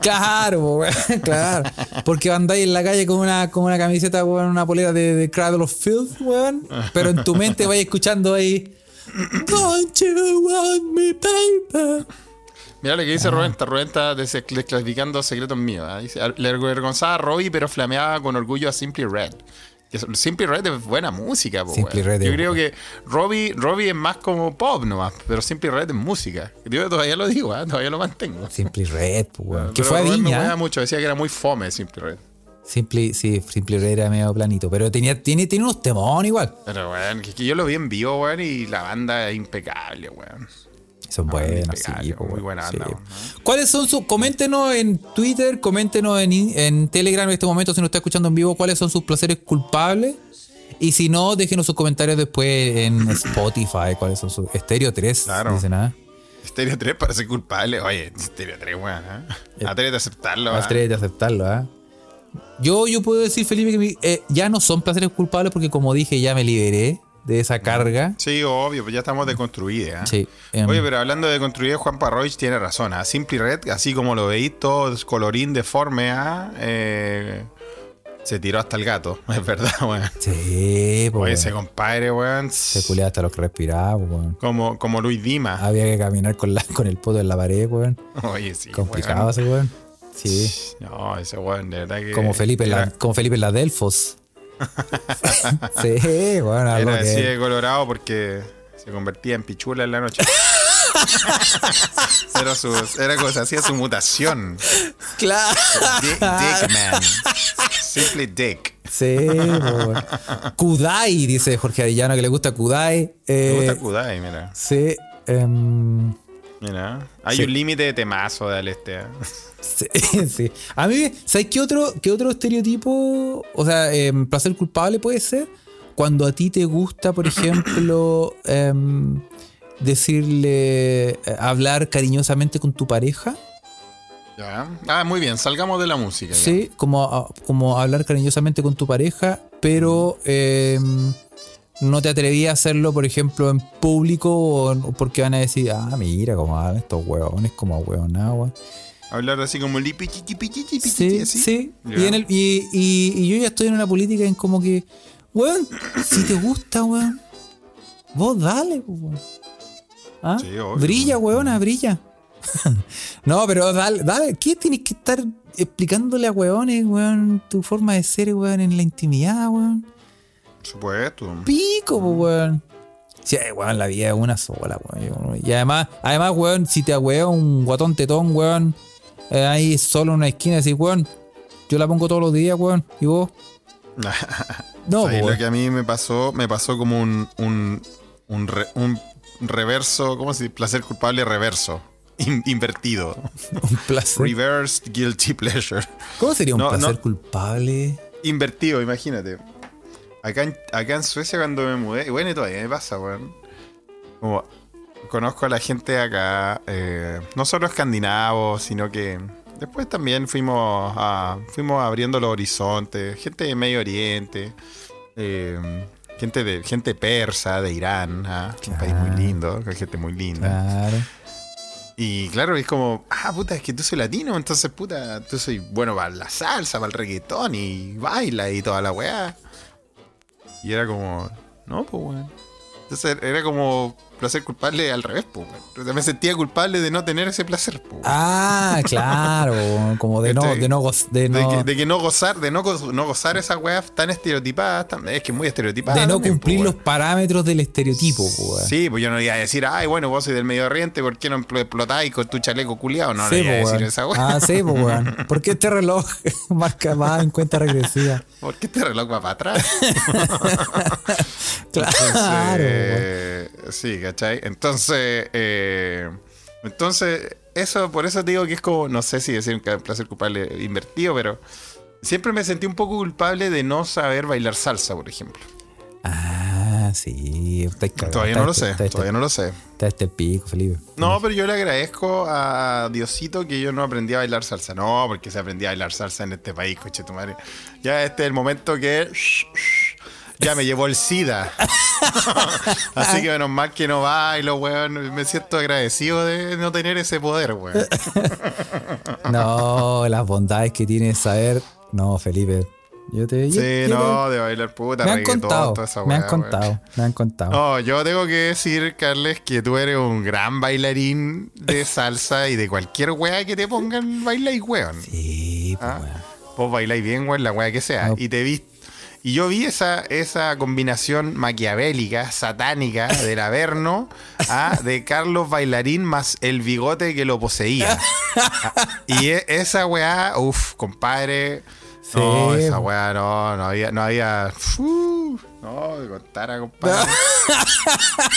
Claro, po, weón, claro. Porque andáis en la calle con una, con una camiseta, weón, una polera de, de Cradle of Filth, weón. Pero en tu mente vayas escuchando ahí. Don't you want me, baby? Mira lo que Ah. dice Rubén, está- Rubén está des- desclasificando secretos míos. ¿ah? Dice, Le avergonzaba a Robbie, pero flameaba con orgullo a Simply Red. Que so- Simply Red es buena música, po, Simply weón. Red Yo es- creo que Robbie, Robbie es más como pop nomás, pero Simply Red es música. Yo todavía lo digo, ¿ah? todavía lo mantengo. Simply Red, po, weón. Que Pero fue a Rubén me Viña. hueá mucho, decía que era muy fome Simply Red. Simply, sí, Simply Red era medio planito. Pero tenía, tiene, tiene unos temón igual. Pero weón, que, que yo lo vi en vivo, weón, y la banda es impecable, weón. Son buenas, impecable, sí, Ah, po, muy weón, buena sí, banda, po. ¿no? ¿Cuáles son sus.? Coméntenos en Twitter, coméntenos en, in- en Telegram en este momento, si nos está escuchando en vivo, cuáles son sus placeres culpables. Y si no, déjenos sus comentarios después en Spotify, cuáles son sus. Estéreo 3, Claro. dice nada. Stereo 3 para ser culpable. Oye, Stereo 3, weón, ¿ah? Eh, Atrévete a aceptarlo. ¿ah? Atrévete a aceptarlo, ¿ah? Yo, yo puedo decir, Felipe, que mi- eh, ya no son placeres culpables porque, como dije, ya me liberé de esa carga. Sí, obvio, pues ya estamos deconstruidos. Mm. ¿ah? Sí, em. Oye, pero hablando de construir, Juan Parroich tiene razón. A Simply Red, así como lo veis, todo colorín deforme, ¿ah? Eh, se tiró hasta el gato, es verdad, weón. Sí, pues, po, Oye, weón. ese se compadre, weón. tss, culeaba hasta los que respiraba, pues, po, weón. Como, como Luis Dima. Había que caminar con, la, con el poto en la pared, weón. Oye, sí. Ah, Complicado weón. ese weón. Sí. Tss, No, ese weón, de verdad que. Como Felipe, en la- era- como Felipe en la Delfos. sí, bueno, algo Era eh. así que. de colorado porque se convertía en pichula en la noche. Era, su, era cosa, hacía su mutación. Claro. Dick, Dick Man. Simply Dick. Sí, po, weón. Kudai, dice Jorge Arellano, que le gusta Kudai. Me Eh, gusta Kudai, mira. Sí. em, Mira. Hay Sí. un límite de temazo del este. ¿eh? Sí, sí. A mí, ¿sabes qué otro, qué otro estereotipo? O sea, em, placer culpable puede ser cuando a ti te gusta, por ejemplo, em, decirle, eh, hablar cariñosamente con tu pareja. Ya. Ah, muy bien. Salgamos de la música. ya. Sí, como, a- como hablar cariñosamente con tu pareja, pero em, no te atrevías a hacerlo, por ejemplo, en público o- porque van a decir, ah, mira cómo hablan estos huevones, como hueón agua. Hablar así como lipi, chiqui, piqui, chiqui, Sí, piqui, así. sí. Ya. Y, en el- y- y- y yo ya estoy en una política en como que, weón, si te gusta, weón, vos dale, pues, weón. ¿Ah? Sí, obvio, brilla, weón. weona, brilla. no, pero dale, dale, ¿qué tienes que estar explicándole a weones, weón, tu forma de ser, weón, en la intimidad, weón? Por supuesto. Pico, pues, weón. Sí, eh, weón, la vida es una sola, weón. Y además, además, weón, si te agüea un guatón tetón, weón, eh, ahí solo en una esquina, decís, weón, yo la pongo todos los días, weón, y vos. No, Ahí pues, lo weón. que a mí me pasó, me pasó como un, un, un, re- un reverso, ¿cómo se dice? Placer culpable reverso. In- invertido. un placer. Reversed guilty pleasure. ¿Cómo sería un No, placer no. culpable? Invertido, imagínate. Acá en, acá en Suecia cuando me mudé, y bueno, y todavía me pasa, weón. Como conozco a la gente acá, eh, no solo escandinavos, sino que después también fuimos a, fuimos abriendo los horizontes, gente de Medio Oriente, eh, gente de gente persa, de Irán, ah, que es un país muy Claro. lindo, que hay gente muy linda. Claro. Y claro, es como, ah, puta, es que tú soy latino, entonces, puta, tú soy bueno para la salsa, para el reggaetón y baila y toda la weá. Y era como, no, pues weón. Entonces era como placer culpable al revés, pues weón. Yo también sentía culpable de no tener ese placer, pues weón. Ah, claro, weón, como de no, Este, de no, goz- de no, De, que, de que no gozar, de no, go- no gozar esas weas tan estereotipadas, tan- es que muy estereotipadas. de no también, cumplir pues, los weón. parámetros del estereotipo, weón. Sí, pues yo no iba a decir, ay, bueno, vos sois del Medio Oriente, ¿por qué no empl- explotáis con tu chaleco culiado? No, Sí, no iba a po, decir weón. esa wea. Ah, sí, po, weón. ¿Por qué este reloj marca más en cuenta regresiva? ¿Por qué este reloj va para atrás? Claro. weón. Eh, sí, ¿cachai? Entonces, eh, entonces, eso, por eso te digo que es como, no sé si decir un placer culpable invertido, pero siempre me sentí un poco culpable de no saber bailar salsa, por ejemplo. Ah, sí. estáis cagados, Todavía no lo estáis- sé, estáis- todavía no lo sé. este, Está este pico, Felipe. No, pero yo le agradezco a Diosito que yo no aprendí a bailar salsa. No, porque se aprendía a bailar salsa en este país, coche tu madre. Ya este es el momento que. Ya me llevó el SIDA. Así que menos mal que no bailo, weón. Me siento agradecido de no tener ese poder, Eh, weón. Ah, No, las bondades que tiene saber. No, Felipe. Yo te. yo- Sí, yo no, de bailar puta, te- Me han reggaetón, contado. toda esa Me han weá, weón. contado. Me han contado. No, yo tengo que decir, Carles, que tú eres un gran bailarín de salsa y de cualquier weá que te pongan, bailáis, weón. Sí, pues, Ah. weón. Vos bailáis bien, weón, la weá que sea. No. Y te vi. Y yo vi esa, esa combinación maquiavélica, satánica, del Averno, ah, de Carlos Bailarín más el bigote que lo poseía. Ah, y e- esa weá, uff, compadre. No, Sí. esa weá, no, no había, no había. fu, no, que contara, compadre.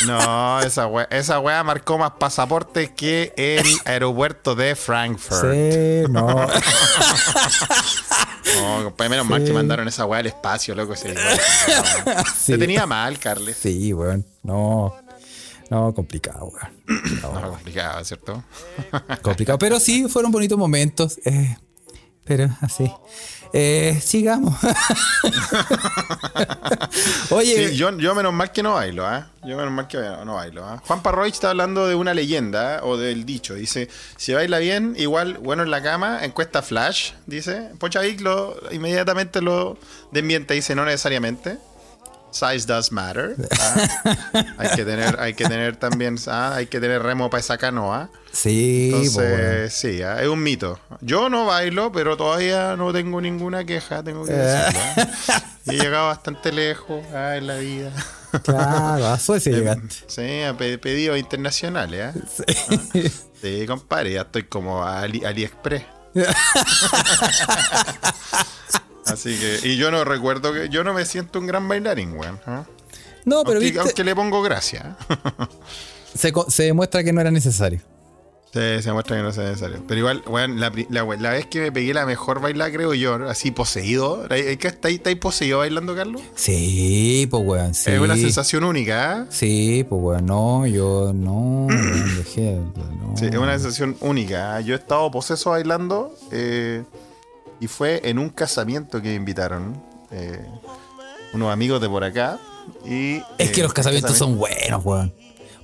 No, esa weá, esa weá marcó más pasaportes que el aeropuerto de Frankfurt. Sí, no. No, compadre, menos mal que mandaron esa weá al espacio, loco. Se, se Sí. tenía mal, Carles. Sí, weón. No. No, complicado, weón. Complicado, No, weón. complicado, ¿cierto? complicado. Pero sí, fueron bonitos momentos. eh, pero así. Eh, sigamos. Oye, Sí, yo, yo menos mal que no bailo, ¿ah? Yo menos mal que no bailo, ¿ah? Juan Parroy está hablando de una leyenda ¿ah? o del dicho. Dice, si baila bien, igual, bueno en la cama, encuesta Flash, dice. Pochavic lo inmediatamente lo desmiente, dice, no necesariamente. Size does matter. Ah, hay, que tener, hay que tener también, ah, hay que tener remo para esa canoa. Sí, pues, po, Entonces, weón. sí, ah, es un mito. Yo no bailo, pero todavía no tengo ninguna queja, tengo Eh. que decirlo. ah. He llegado bastante lejos ah, en la vida. Claro, a Suecia em, llegaste. Sí, a pe- pedidos internacionales. ah. Sí, compadre, ya estoy como Ali, AliExpress. Así que, y yo no recuerdo que, yo no me siento un gran bailarín, weón. ¿ah? No, pero aunque, viste, aunque le pongo gracia. ¿ah? se, co- se demuestra que no era necesario. Sí, se muestra que no es necesario. Pero igual, weón, la, pri- la, we- la vez que me pegué la mejor bailada, creo yo, así poseído. ¿Estáis está, ahí- está ahí poseído bailando, Carlos? Sí, pues weón, sí. Es una sensación única, ¿ah? Sí, pues weón, no, yo no, weón, dejé, no. Sí, es una sensación única. ¿ah? Yo he estado poseso bailando eh, y fue en un casamiento que me invitaron eh, unos amigos de por acá. Y, Es que eh, los el casamientos casamiento- son buenos, weón.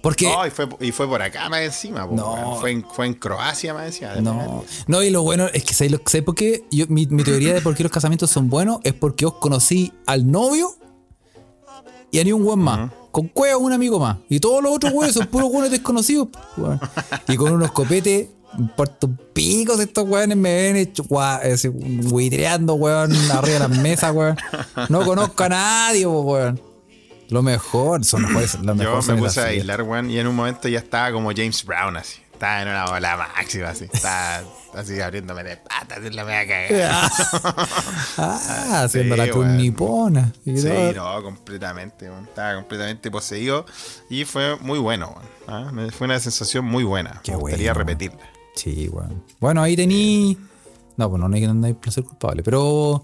Porque No, y fue, y fue por acá más encima. po, No. weón. Fue, en, fue en Croacia más encima. No, no, y lo bueno es que ¿sabes, lo- ¿sabes por qué? Yo- mi, mi teoría de por qué los casamientos son buenos es porque os conocí al novio y a ni un weón más. Con cueva un amigo más. Y todos los otros weones son puros weones desconocidos. po, weón. Y con unos copetes, puertos picos estos weones me ven hecho, gua- así, buitreando, weón, arriba de las mesas, weón. No conozco a nadie, po, weón. Lo mejor, son los mejores, los Yo mejores me son en las puse a fiestas. bailar, weón, y en un momento ya estaba como James Brown así. Estaba en una ola máxima así. Estaba así abriéndome de patas en la media cagada. Ah, haciendo Sí, la cruz weón. nipona. Y Sí, todo. no, completamente, weón. estaba completamente poseído y fue muy bueno, weón. Ah, me- fue una sensación muy buena. Qué me gustaría bueno. repetirla. Sí, weón. Bueno, ahí tení. No, pues no, no hay que andar placer culpable. Pero.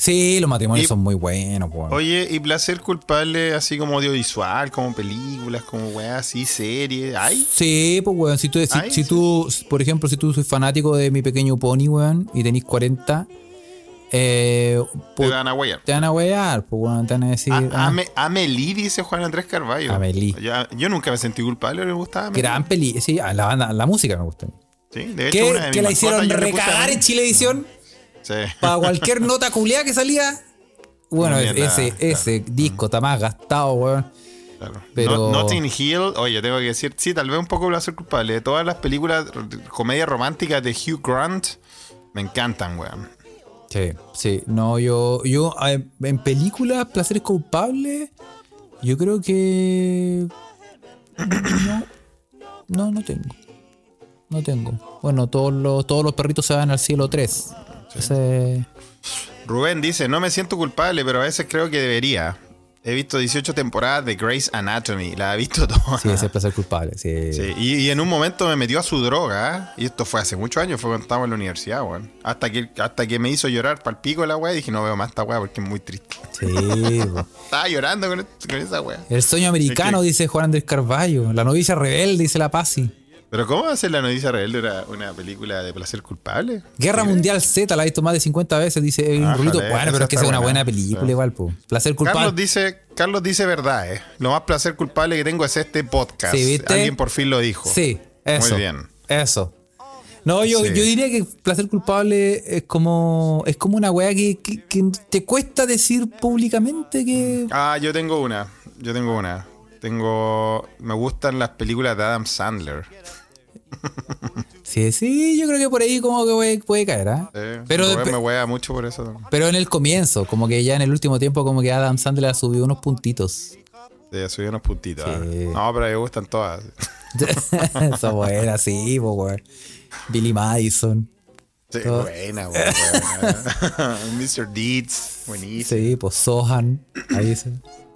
Sí, los matrimonios Y- son muy buenos, weón. Oye, y placer culpable así como audiovisual, como películas, como weá, así, series, ay, Sí, pues, weón. Si tú, si, Ay, si sí. tú, por ejemplo, si tú sois fanático de mi pequeño pony, weón, y tenés 40, eh, te pu- van a huellar. te van a wear, pues, weón, te van a decir. A- ah, Ame- Amelie, dice Juan Andrés Carballo. Amelie. Yo, yo nunca me sentí culpable, me gustaba. Amelie. gran peli. Sí, a la banda, la música me gusta. Sí, de hecho, Que una de mis que la mascotas hicieron yo le puse recagar Amelie. en Chilevisión? Sí. Para cualquier nota culiada que salía. Bueno, Una mierda, ese, claro. Mm. ese disco está más gastado, weón. Claro. Pero- No- Notting Hill, oye, tengo que decir, sí, tal vez un poco placer culpable. De Todas las películas r- comedia romántica de Hugh Grant me encantan, weón. Sí, sí. No, yo, yo eh, en películas, placeres culpables, yo creo que. No, no, no tengo. No tengo. Bueno, todos los, todos los perritos se van al cielo 3. Ese- Rubén dice, no me siento culpable, pero a veces creo que debería. He visto 18 temporadas de Grey's Anatomy, la he visto toda. sí, ese es placer culpable. Sí. Sí, y, y en un momento me metió a su droga, ¿eh? y esto fue hace muchos años, fue cuando estábamos en la universidad, weón. Hasta que, hasta que me hizo llorar pal pico la weá, y dije, no veo más esta weá porque es muy triste. Sí, po. Estaba llorando con, con esa weá. El sueño americano, Es dice Juan Andrés Carballo. La novicia rebelde, dice la Pasi. Pero ¿cómo va a ser la noticia rebelde una, una película de placer culpable? Guerra Mundial Z la he visto más de 50 veces, dice Edwin Ah, Rubito. jale, Bueno, esa pero es está que esa es una buena. buena película, Sí. igual, po. Placer Carlos culpable. dice, Carlos dice verdad, ¿eh? Lo más placer culpable que tengo es este podcast. Sí, ¿viste? Alguien por fin lo dijo. Sí, eso. Muy bien. Eso. No, yo, Sí. yo diría que placer culpable es como es como una weá que, que- que te cuesta decir públicamente que. Ah, yo tengo una. Yo tengo una. Tengo. Me gustan las películas de Adam Sandler. Sí, sí, yo creo que por ahí como que puede, puede caer, ¿ah? ¿eh? Pero, Rubén me hueá mucho por eso. pero en el comienzo, como que ya en el último tiempo, como que Adam Sandler ha subido unos puntitos. Sí, subí unos puntitos. ah. Sí. No, pero me gustan todas. Esa buena, sí, po, weón. Billy Madison. Sí, Todo. buena, buena, buena. Mr. Deeds, buenísimo. Sí, pues Sohan. Ahí se.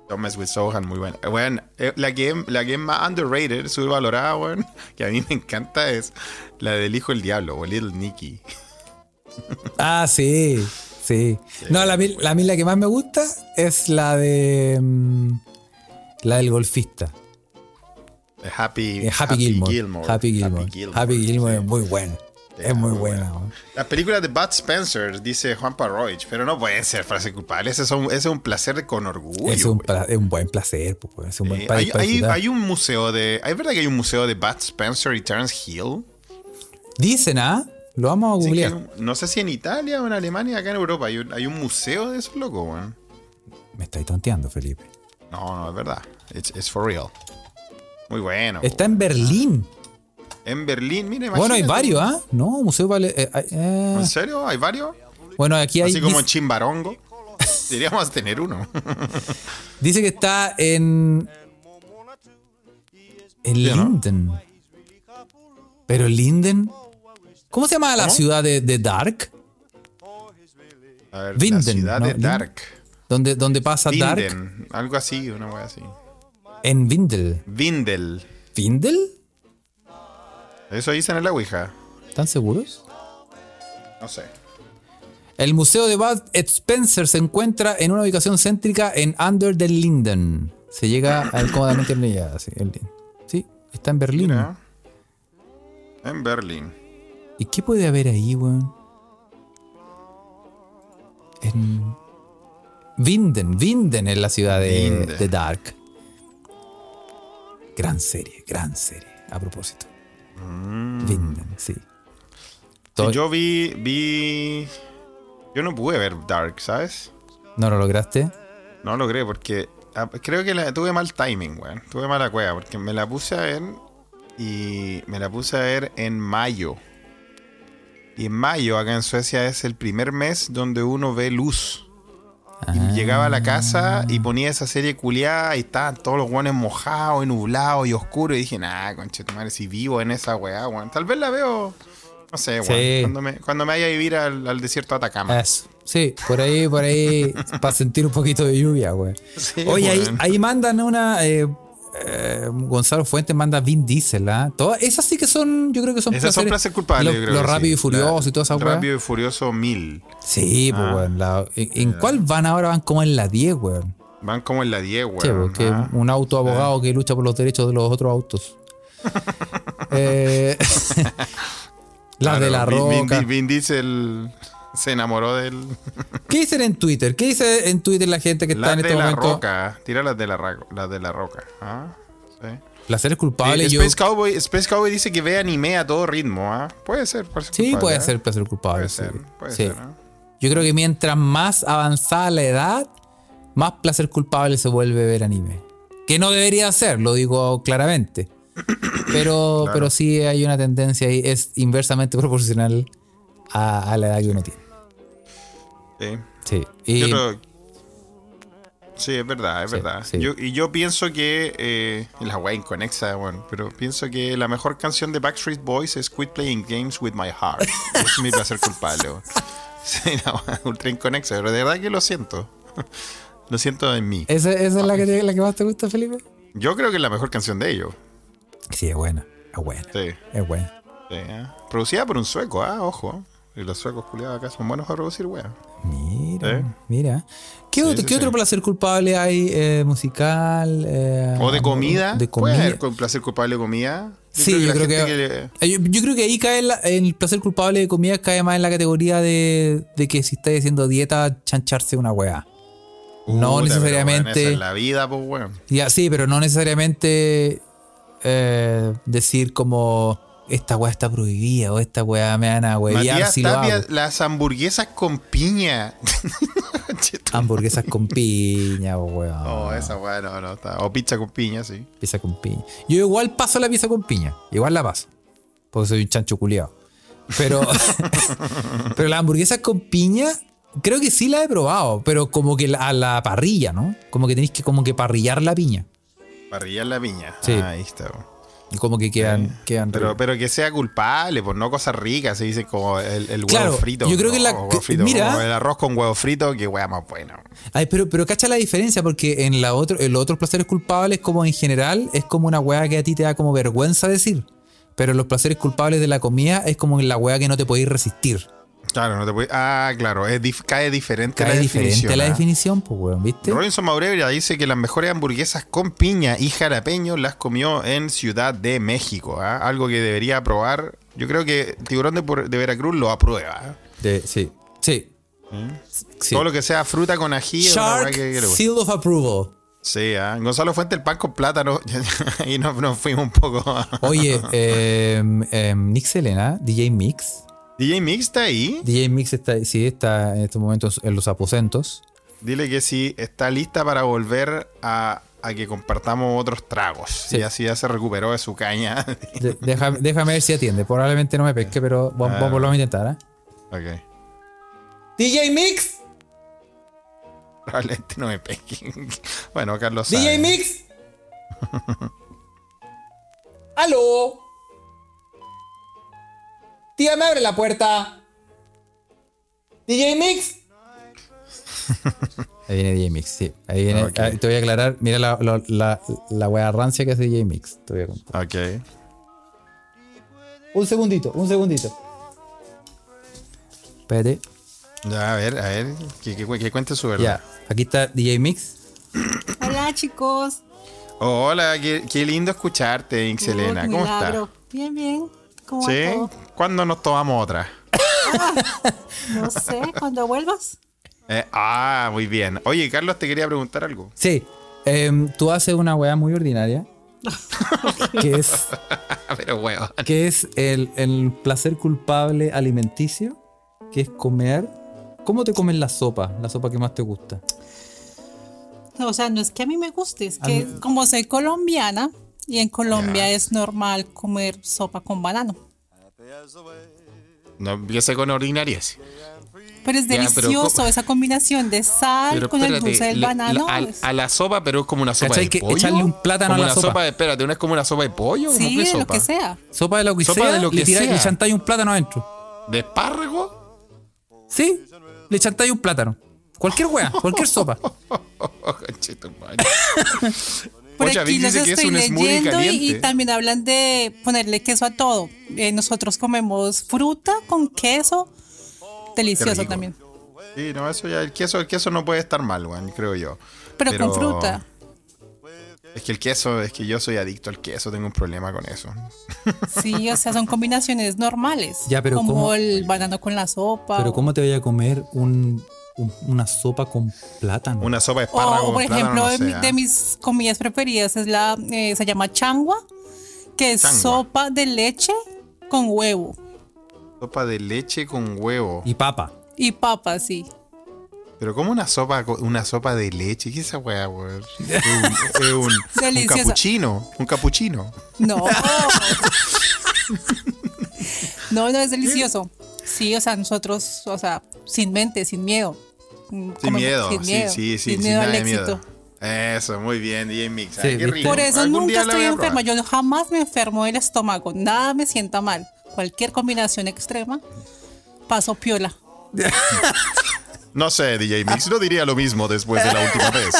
Thomas with Sohan, muy buena. Bueno, eh, la que, la que es más underrated, subvalorada, weón, que a mí me encanta es la del Hijo del Diablo, o Little Nicky. Ah, sí, sí. No, la, mil- la mil la que más me gusta es la de. mm, La del golfista. Eh, Happy, eh, Happy, Gilmore. Happy Gilmore. Happy Happy Gilmore. Gilmore, es muy buena. es muy muy buena. weón. Las películas de Bud Spencer, dice Juan Parroich, pero no pueden ser frase culpable. Ese es un, ese es un placer con orgullo. es, un, weón. pla- es un buen placer. pues, weón, es un buen Eh, pa- hay, pa hay- disfrutar. hay un museo de. ¿Es verdad que hay un museo de Bud Spencer y Terence Hill? Dicen, ¿ah? Lo vamos a Sí, que googlear. hay un- no sé si en Italia o en Alemania, acá en Europa, hay un, hay un museo de esos locos, weón. Me estáis tonteando, Felipe. No, no, es verdad. It's, it's for real. Muy bueno. Está en Berlín. En Berlín, mire, Bueno, hay imagínate. varios, ¿ah? No, Museo Vale. eh, eh, eh. ¿En serio? ¿Hay varios? Bueno, aquí hay. Así como en dice, Chimbarongo. Deberíamos tener uno. dice que está en. En Ya, ¿no? Linden. Pero Linden. ¿Cómo se llama la ¿Cómo? ciudad de, de Dark? A ver, Vinden, la ciudad ¿no? de Lin- Dark. Donde, donde pasa Dark. Vinden, algo así, una wea así. En Vindel. Vindel. ¿Vindel? Eso dicen en la Ouija. ¿Están seguros? No sé. El Museo de Bad Spencer se encuentra en una ubicación céntrica en Under den Linden. Se llega al cómodamente en la llegada, sí, el- sí, está en Berlín. Mira. En Berlín. ¿Y qué puede haber ahí, weón? En. Vinden, Vinden es la ciudad de, Vinden. de Dark. Gran serie, gran serie. A propósito. Mm. Vinden, sí. Sí, Todo- yo vi, vi... Yo no pude ver Dark, ¿sabes? ¿No lo lograste? No logré porque... ah, Creo que la- tuve mal timing, weón. Tuve mala cueva porque me la puse a ver y me la puse a ver en mayo. Y en mayo acá en Suecia es el primer mes donde uno ve luz. Y Ah. llegaba a la casa y ponía esa serie culiada y estaban todos los guanes mojados y nublados y oscuros. Y dije, nah, conche tu madre, si vivo en esa weá, weón. Tal vez la veo, no sé, weón. Sí. Ah. Cuando, me, cuando me vaya a vivir al, al desierto de Atacama. Eso. Sí, por ahí, por ahí, para sentir un poquito de lluvia, güey. Sí, Oye, ahí, weón. ahí mandan una. eh, eh, Gonzalo Fuentes manda Vin Diesel, ¿ah? Todas esas sí que son, yo creo que son Esas son placer culpables, Los yo creo los que sí. rápido y furioso La- y todas esas weas. Rápido y furioso mil. Sí, pues, Ah. weón. la- ¿En, en cuál van ahora? Van como en la 10, weón. Van como en la 10, weón. Sí, porque ah. un auto abogado que lucha por los derechos de los otros autos. Eh, las de la Claro, Vin- roca. Vin, Vin Diesel se enamoró del. ¿Qué dicen en Twitter? ¿Qué dice en Twitter la gente que está Las en de este la momento? roca. Tira las de la, ra- las de la roca. Ah, sí. Placeres culpables. Sí, yo, Space, Cowboy, Space Cowboy dice que ve anime a todo ritmo, ¿ah? Puede ser, parece Sí, culpable, puede ¿eh? ser placer Puede culpable. sí. ser, puede Sí. ser, ¿ah? Yo creo que mientras más avanzada la edad, más placer culpable se vuelve ver anime. Que no debería ser, lo digo claramente. Pero, pero sí hay una tendencia ahí, es inversamente proporcional a, a la edad que uno tiene. Sí. Sí. Yo Y creo- Sí, es verdad, es Sí, verdad. sí. Yo, y yo pienso que. eh, la wea inconexa, bueno, pero pienso que la mejor canción de Backstreet Boys es Quit Playing Games with My Heart. es mi placer culpable, weón. Sí, la wea ultra inconexa, pero de verdad que lo siento. Lo siento en mí. ¿esa, esa es la que, te- la que más te gusta, Felipe? Yo creo que es la mejor canción de ellos. Sí, es buena. Es buena. Sí. Es buena. Sí, ¿eh? Producida por un sueco, ah, ojo. Y los suecos culiados acá son buenos para producir, weón. Mira, ¿Eh? mira. ¿Qué, otro, sí, qué sí. otro placer culpable hay? eh, musical. eh, O de comida. De Puede comida. haber con placer culpable de comida. Sí, yo la creo que, gente le- eh, yo, yo creo que ahí cae la- el placer culpable de comida cae más en la categoría de, de que si estáis haciendo dieta, chancharse una weá. No Puta, pero, necesariamente. weón, esa es la vida, pues, weón. Ya, sí, pero no necesariamente eh, decir como esta weá está prohibida o esta weá me van a hueviar Matías Pues si lo Tapia, hago. las hamburguesas con piña. Hamburguesas con piña, po, weón. No, Oh, esa weá no, no está. O pizza con piña, sí. Pizza con piña. Yo igual paso la pizza con piña. Igual la paso. Porque soy un chancho culiado. Pero, pero las hamburguesas con piña, creo que sí la he probado. Pero como que la- a la parrilla, ¿no? Como que tenéis que como que parrillar la piña. Parrillar la piña. Sí. Ah, ahí está, weón. Y como que quedan. quedan Pero, ricas. pero que sea culpable, pues no cosas ricas, se dice como el, el huevo Claro, frito. yo creo que No, la- huevo frito, mira. como el arroz con huevo frito, que weá más buena. Ay, pero, pero cacha la diferencia, porque en la otro, en los otros placeres culpables, como en general, es como una weá que a ti te da como vergüenza decir. Pero los placeres culpables de la comida es como la weá que no te podéis resistir. Claro, no te puede- Ah, claro, es dif- cae diferente Cae la diferente definición. la ¿ah? definición, pues weón, ¿viste? Robinson Maurevia dice que las mejores hamburguesas con piña y jalapeño las comió en Ciudad de México. ¿ah? Algo que debería probar. Yo creo que Tiburón de, Pur- de Veracruz lo aprueba. ¿ah? De- sí. Sí. ¿Mm? Sí. Todo lo que sea fruta con ají es una weá Shark que- que le gusta. Seal of Approval. Sí, ¿ah? Gonzalo Fuente, el pan con plátano. y nos, nos fuimos un poco. Oye, em, em, Nick Selena, DJ Mix. DJ Mix está ahí. DJ Mix está, sí, está en estos momentos en los aposentos. Dile que si está lista para volver a, a que compartamos otros tragos. Sí. Y así ya se recuperó de su caña. De- Déjame, déjame ver si atiende. Probablemente no me pesque, pero vamos, Ah. vamos, volvamos a intentar. ¿eh? ok. DJ Mix, Probablemente no me pesquen. Bueno, Carlos. DJ sabe. Mix. Aló. Tía, me abre la puerta. DJ Mix. Ahí viene DJ Mix, sí. Ahí viene. Ok. ah, te voy a aclarar. Mira la, la, la, la wea rancia que es DJ Mix. Te voy a contar. Ok. Un segundito, un segundito. Espérate. Ya, a ver, a ver. Que, que cu- que cuente su verdad. Ya. Aquí está DJ Mix. Hola chicos. Oh, hola, qué, qué lindo escucharte, Inxelena. Qué ¿Cómo milagro. estás? Bien, bien. ¿Cómo va ¿Sí? todo? ¿Cuándo nos tomamos otra? No sé, cuando vuelvas. Eh, ah, muy bien. Oye, Carlos, te quería preguntar algo. Sí. em, tú haces una wea muy ordinaria. que es, Ah, Pero bueno. que es el, el placer culpable alimenticio. Que es comer. ¿Cómo te comes la sopa? La sopa que más te gusta. O sea, no es que a mí me guste, es A que mí- como soy colombiana y en Colombia Ya. es normal comer sopa con banano. No empiece con ordinarias. Pero es Ya, pero delicioso ¿cómo? esa combinación de sal Pero con el dulce del la- banano. la- es- a, a la sopa, pero es como una sopa ¿Cachai de que pollo. echarle un plátano Como a la una sopa? de- espérate, ¿no es como una sopa de pollo? ¿Cómo sí, qué de lo sopa? que sea. Sopa de lo que Sopa sea. de lo que le tiráis- sea. le chantáis un plátano adentro. ¿De espárrago? Sí, le chantáis un plátano. Cualquier weá, cualquier sopa. Conchetumare. Por Oye, aquí Vic los dice que es estoy un smoothie leyendo y- y, caliente. también hablan de ponerle queso a todo. Eh, nosotros comemos fruta con queso. Delicioso rico. también. Sí, no, eso ya, el queso, el queso no puede estar mal, weón, creo yo. Pero, con fruta. Es que el queso, es que yo soy adicto al queso, tengo un problema con eso. Sí, o sea, son combinaciones normales. Ya, pero como ¿cómo? el banano con la sopa. Pero o- ¿cómo te voy a comer un- un- una sopa con plátano? Una sopa de espárrago O, Oh, por con plátano, ejemplo, no de, sé, mi- ¿ah? de mis comidas preferidas es la, eh, se llama changua, que es Changua. sopa de leche con huevo Sopa de leche con huevo. Y papa. y papa, sí. Pero como una sopa, co- una sopa de leche, ¿qué es esa weá, weón? Es un, es un- un, Deliciosa. capuchino, un capuchino. No. no, no, es delicioso. Sí, o sea, nosotros, o sea, sin mente, sin miedo. Mm, Sin comemos miedo, sin sí, miedo, sí, sí, sin sin miedo nada al de éxito. miedo. Eso, muy bien, DJ Mix. ah, Sí, qué ¿viste? rico. Por eso Algún día nunca la voy estoy a enferma. probar. Yo no- jamás me enfermo del estómago. Nada me sienta mal. Cualquier combinación extrema, paso piola. No sé, DJ Mix, no diría lo mismo después de la última vez.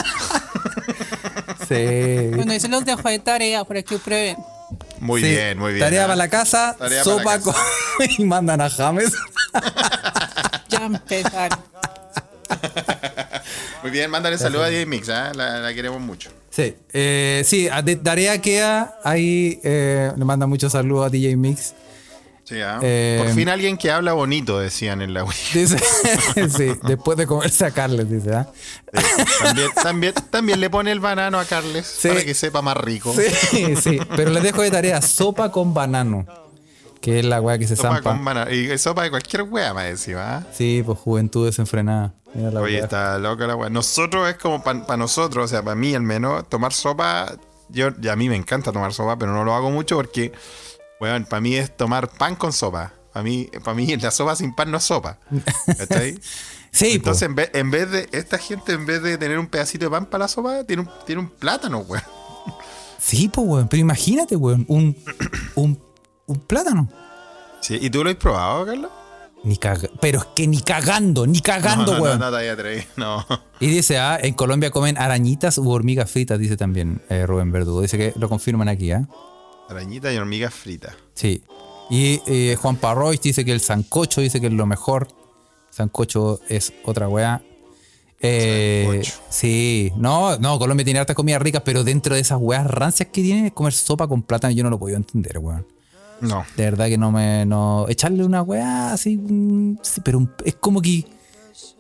Sí. Bueno, eso los dejo de tarea por aquí prueben. Muy bien, muy bien. Tarea ah. para la casa, Tarea para sopa la casa. con. y mandan a James. Ya empezaron. Muy bien, mándale saludos a DJ Mix, ah, la, la queremos mucho. Sí, eh, sí, a- de tarea queda. Ahí eh, le manda muchos saludos a DJ Mix. Sí, ah. Eh, Por fin alguien que habla bonito, decían en la web. Dice, sí, después de comerse a Carles, dice, ¿ah? También, también, también le pone el banano a Carles Sí. para que sepa más rico. Sí, sí, pero les dejo de tarea sopa con banano, que es la weá que se Sopa zampa. con banano. Y sopa de cualquier wea, más encima. ¿ah? Sí, pues juventud desenfrenada. Mira la Oye, weá. está loca la weá. Nosotros es como para nosotros, o sea, para mí al menos, tomar sopa. Yo, y a mí me encanta tomar sopa, pero no lo hago mucho porque, weón, para mí es tomar pan con sopa. Para mí, para mí la sopa sin pan no es sopa. ¿Cachai? Sí, pues. Entonces, en vez, en vez de, esta gente, en vez de tener un pedacito de pan para la sopa, tiene un, tiene un plátano, weón. Sí, pues, weón. Pero imagínate, weón. Un, un, un plátano. Sí, ¿Y tú lo has probado, Carlos? Ni caga- pero es que ni cagando, ni No, cagando, no, no, weón. no, te hayas atrevido, no. Y dice, ah, en Colombia comen arañitas u hormigas fritas, dice también eh, Rubén Verdugo. Dice que lo confirman aquí, ¿ah? Arañita y hormigas fritas. Sí. Y eh, Juan Parroy dice que el sancocho dice que es lo mejor. Sancocho es otra weá. Eh, Sancocho. sí, no, no, Colombia tiene hartas comidas ricas, pero dentro de esas weas rancias que tiene, comer sopa con plátano, yo no lo podía entender, weón. No. De verdad que no me. No, echarle una weá así. mm, sí, pero un- es como que.